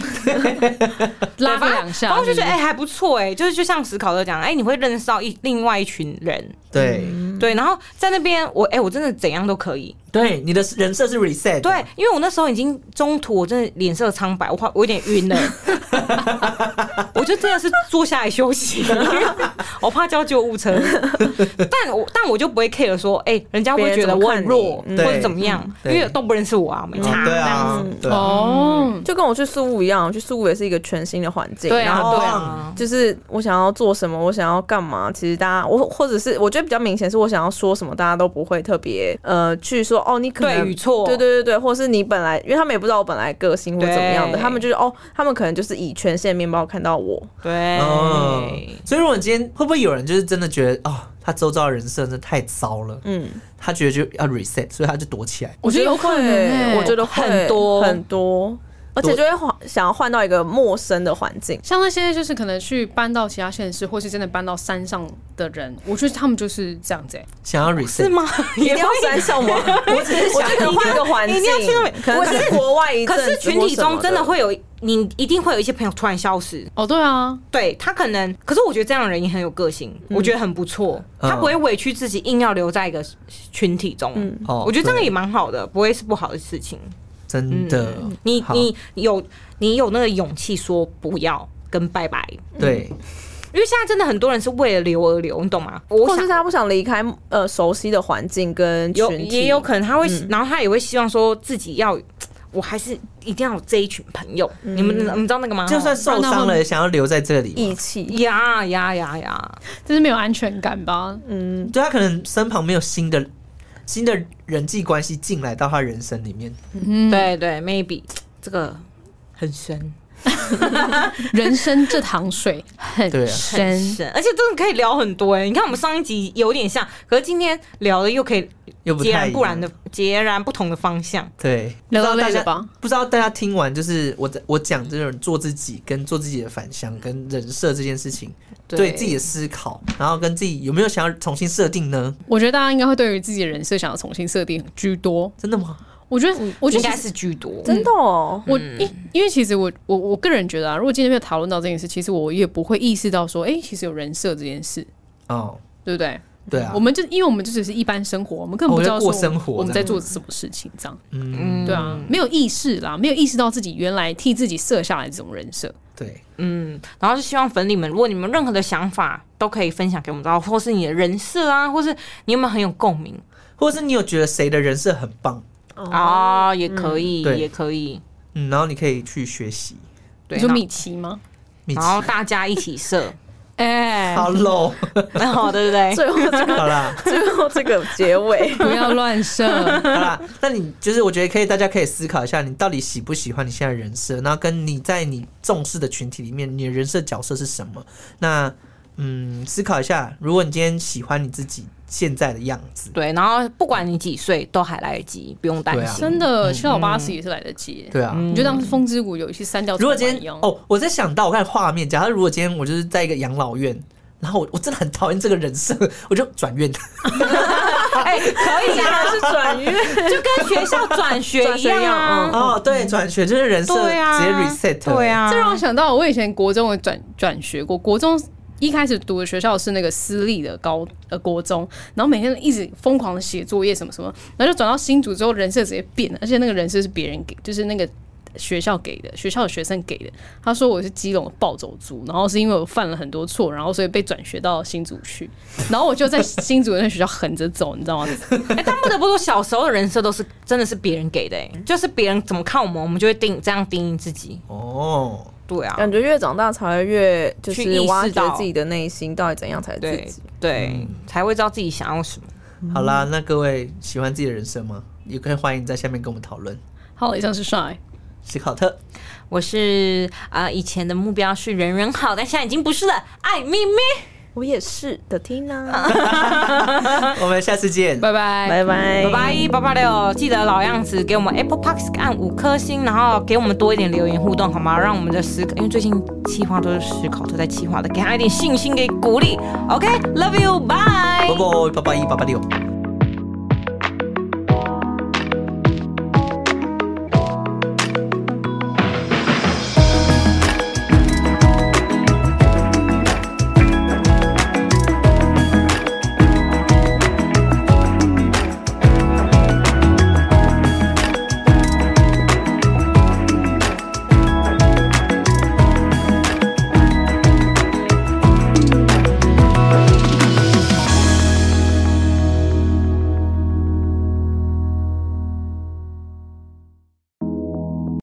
Speaker 3: 拉个两下，
Speaker 6: 然后我就觉得
Speaker 3: 是
Speaker 6: 哎、还不错哎、就是就像史考特讲，哎、你会认识到一另外一群人，
Speaker 4: 对
Speaker 6: 对，然后在那边我哎、我真的怎样都可以，
Speaker 4: 对，你的人设是 reset。
Speaker 6: 对，因为我那时候已经中途我真的脸色苍白，
Speaker 4: [LAUGHS]
Speaker 6: 我怕我有点晕了，我就真的是坐下来休息， [LAUGHS] 我怕交九五成。但我但我就不会 care 说，哎、人家会觉得我很弱
Speaker 5: 别
Speaker 6: 或
Speaker 5: 人怎么看你
Speaker 4: 嗯
Speaker 6: 者怎么样，因
Speaker 4: 对
Speaker 6: 为都不认识我啊，没
Speaker 4: 嗯
Speaker 6: 差。
Speaker 4: 对
Speaker 6: 这样
Speaker 4: 啊
Speaker 6: 子，
Speaker 4: 对啊，
Speaker 3: 哦，
Speaker 5: 就跟我去宿务一样，我去宿务也是一个全新的环境，
Speaker 6: 对
Speaker 5: 然
Speaker 6: 啊，
Speaker 5: 后
Speaker 6: 对啊，
Speaker 5: 就是我想要做什么，我想要干嘛，其实大家我或者是我觉得比较明显是我想要说什么，大家都不会特别呃去说哦，你可能
Speaker 6: 对与错
Speaker 5: 对对对对，或是你本来因为他们也不知道我本来个性或怎么样的，
Speaker 6: 对
Speaker 5: 他们就是哦，他们可能就是以全线面包看到我，
Speaker 6: 对。
Speaker 4: 嗯，所以如果你今天会不会有人就是真的觉得哦，他周遭的人设真的太糟了，
Speaker 5: 嗯，
Speaker 4: 他觉得就要 reset，所以他就躲起来。
Speaker 3: 我觉得有可能欸，
Speaker 5: 我觉得会
Speaker 6: 很多
Speaker 5: 很多，而且就会换想要换到一个陌生的环境。
Speaker 3: 像那些就是可能去搬到其他县市，或是真的搬到山上的人，我觉得他们就是这样子、欸。
Speaker 4: 想要
Speaker 6: 哦是
Speaker 4: reset，
Speaker 6: 吗？
Speaker 5: 一定
Speaker 6: 也
Speaker 5: 要山上吗？我只是想可能换个环境，
Speaker 6: 一定要去那边
Speaker 5: 可能
Speaker 6: 我是
Speaker 5: 在国外一阵
Speaker 6: 可
Speaker 5: 子
Speaker 6: 是群体
Speaker 5: 或什么
Speaker 6: 中
Speaker 5: 的
Speaker 6: 真的会有，你一定会有一些朋友突然消失。
Speaker 3: 哦，对啊，
Speaker 6: 对他可能，可是我觉得这样的人也很有个性，我觉得很不错。
Speaker 4: 嗯
Speaker 6: 他不会委屈自己，硬要留在一个群体中。
Speaker 4: 哦
Speaker 6: 我觉得这个
Speaker 4: 对
Speaker 6: 也蛮好的，不会是不好的事情。
Speaker 4: 真的，
Speaker 6: 嗯你
Speaker 4: 嗯好
Speaker 6: 你有你有那个勇气说不要跟拜拜，
Speaker 4: 对，
Speaker 6: 因为现在真的很多人是为了留而留，你懂吗？
Speaker 5: 或
Speaker 6: 我
Speaker 5: 是
Speaker 6: 想
Speaker 5: 他不想离开呃熟悉的环境跟群
Speaker 6: 有
Speaker 5: 体，
Speaker 6: 也有可能他会，
Speaker 4: 嗯
Speaker 6: 然后他也会希望说自己要，我还是一定要有这一群朋友。你们你们知道那个吗？
Speaker 4: 嗯就算受伤了，也想要留在这里
Speaker 5: 义
Speaker 4: 嘛，
Speaker 5: 气。
Speaker 6: 呀呀呀呀！
Speaker 3: 就是没有安全感吧？
Speaker 5: 嗯，
Speaker 4: 就他可能身旁没有新的新的人际关系进来到他人生里面，
Speaker 6: 对对，maybe 这个很深
Speaker 4: [LAUGHS]
Speaker 3: 人生这塘水很
Speaker 4: 对啊
Speaker 6: 很
Speaker 3: 深，
Speaker 6: 深，而且真的可以聊很多哎、你看我们上一集有点像，可是今天聊的又可以
Speaker 4: 又不
Speaker 6: 截
Speaker 4: 太
Speaker 6: 然
Speaker 4: 一
Speaker 6: 不然
Speaker 4: 样
Speaker 6: 的。截然不同的方向。
Speaker 4: 对，
Speaker 3: 聊到
Speaker 4: 不知
Speaker 3: 累
Speaker 4: 道大
Speaker 3: 了
Speaker 4: 家
Speaker 3: 吧？
Speaker 4: 不知道大家听完，就是我在我讲这种做自己跟做自己的反向跟人设这件事情，对自己的思考，然后跟自己有没有想要重新设定呢？
Speaker 3: 我觉得大家应该会对于自己的人设想要重新设定居多。
Speaker 4: 真的吗？
Speaker 3: 我觉
Speaker 4: 嗯
Speaker 3: 得，我觉
Speaker 6: 应
Speaker 3: 得
Speaker 6: 该
Speaker 3: 其实
Speaker 6: 是居多。
Speaker 5: 真的哦，
Speaker 3: 我因因为其实我我我个人觉得啊，如果今天没有讨论到这件事，其实我也不会意识到说，哎、其实有人设这件事，
Speaker 4: 哦，
Speaker 3: 对不对？
Speaker 4: 对啊
Speaker 3: 我，们就因为我们就只是一般生活，我们根本不知道
Speaker 4: 哦我
Speaker 3: 说
Speaker 4: 在过生活
Speaker 3: 我们在做什么事情，这样
Speaker 4: 嗯，
Speaker 3: 对啊，没有意识啦，没有意识到自己原来替自己设下来这种人设。
Speaker 4: 对，
Speaker 6: 嗯，然后就希望粉里们，如果你们任何的想法都可以分享给我们知道，或是你的人设啊，或是你有没有很有共鸣
Speaker 4: 或者是你有觉得谁的人设很棒，
Speaker 6: 啊，也可以，
Speaker 4: 对
Speaker 6: 也可以。
Speaker 4: 嗯，然后你可以去学习。
Speaker 6: 对，
Speaker 3: 你说
Speaker 6: 然后
Speaker 3: 米奇吗？
Speaker 4: 米奇
Speaker 6: 然后大家一
Speaker 4: [LAUGHS]
Speaker 6: 起设，
Speaker 3: 哎、
Speaker 4: 好 low，
Speaker 6: 然后对不
Speaker 5: [LAUGHS]
Speaker 6: 对？
Speaker 5: 最后这个
Speaker 4: 好啦，
Speaker 5: 最后这个结尾，
Speaker 3: 不要乱
Speaker 4: [LAUGHS]
Speaker 3: 设。
Speaker 4: 好啦，那你就是我觉得可以，大家可以思考一下，你到底喜不喜欢你现在的人设，然后跟你在你重视的群体里面，你的人设角色是什么？那嗯，思考一下，如果你今天喜欢你自己现在的样子，
Speaker 6: 对，然后不管你几岁都还来得及，不用担
Speaker 4: 对啊
Speaker 6: 心。
Speaker 3: 真的，七老八十也是来得及。
Speaker 4: 对
Speaker 6: 嗯
Speaker 4: 啊。
Speaker 3: 你就当是风之谷有一些删掉重
Speaker 4: 如果
Speaker 3: 版
Speaker 4: 今
Speaker 3: 一
Speaker 4: 天
Speaker 3: 样。
Speaker 4: 哦，我在想到我看画面，假如如果今天我就是在一个养老院，然后我我真的很讨厌这个人设，我就转院。
Speaker 6: 哎，可以
Speaker 5: 竟
Speaker 6: 啊
Speaker 5: 然，是转运，
Speaker 6: [LAUGHS] 就跟学校转学
Speaker 5: 转
Speaker 6: 一
Speaker 5: 学
Speaker 6: 样
Speaker 5: 一样
Speaker 6: 啊。
Speaker 4: 哦， [LAUGHS] 对，转学就是人设
Speaker 6: 对啊，
Speaker 4: 直接 reset，
Speaker 6: 对，啊，
Speaker 3: 这让我想到我以前国中的转转学过，国中。一开始读的学校是那个私立的高呃国中，然后每天一直疯狂的写作业什么什么，然后就转到新竹之后人设直接变了，而且那个人设是别人给，就是那个学校给的，学校的学生给的。他说我是基隆的暴走族，然后是因为我犯了很多错，然后所以被转学到新竹去，然后我就在新竹那学校横着走，你知道吗？ [LAUGHS]
Speaker 6: 哎，但不得不说，小时候的人设都是真的是别人给的、哎，就是别人怎么看我们，我们就会定这样定义自己。
Speaker 4: 哦，
Speaker 6: 对啊，
Speaker 5: [LAUGHS] 感觉越长大才会越就
Speaker 6: 去意
Speaker 5: 是
Speaker 6: 识
Speaker 5: 挖掘
Speaker 6: 到
Speaker 5: 自己的内心到底怎样才是自
Speaker 6: 对
Speaker 5: 己。
Speaker 6: 对、才会知道自己想要什么。
Speaker 4: 好啦，那各位喜欢自己的人生吗？也可以欢迎在下面跟我们讨论。
Speaker 3: 好，以上是 shy，
Speaker 4: 史考特，
Speaker 6: 我是啊、呃以前的目标是人人好，但现在已经不是了，爱咪咪。
Speaker 5: 我也是的，Tina， [LAUGHS]
Speaker 4: 我们下次见，
Speaker 3: 拜拜，
Speaker 5: 拜拜，
Speaker 6: 拜。拜八八六，记得老样子，给我们 Apple Park 按五颗星，然后给我们多一点留言互动，好吗？让我们的思考，因为最近企划都是思考都在企划的，给他一点信心，给鼓励。OK，love、you，bye
Speaker 4: 拜拜，八八一八八六。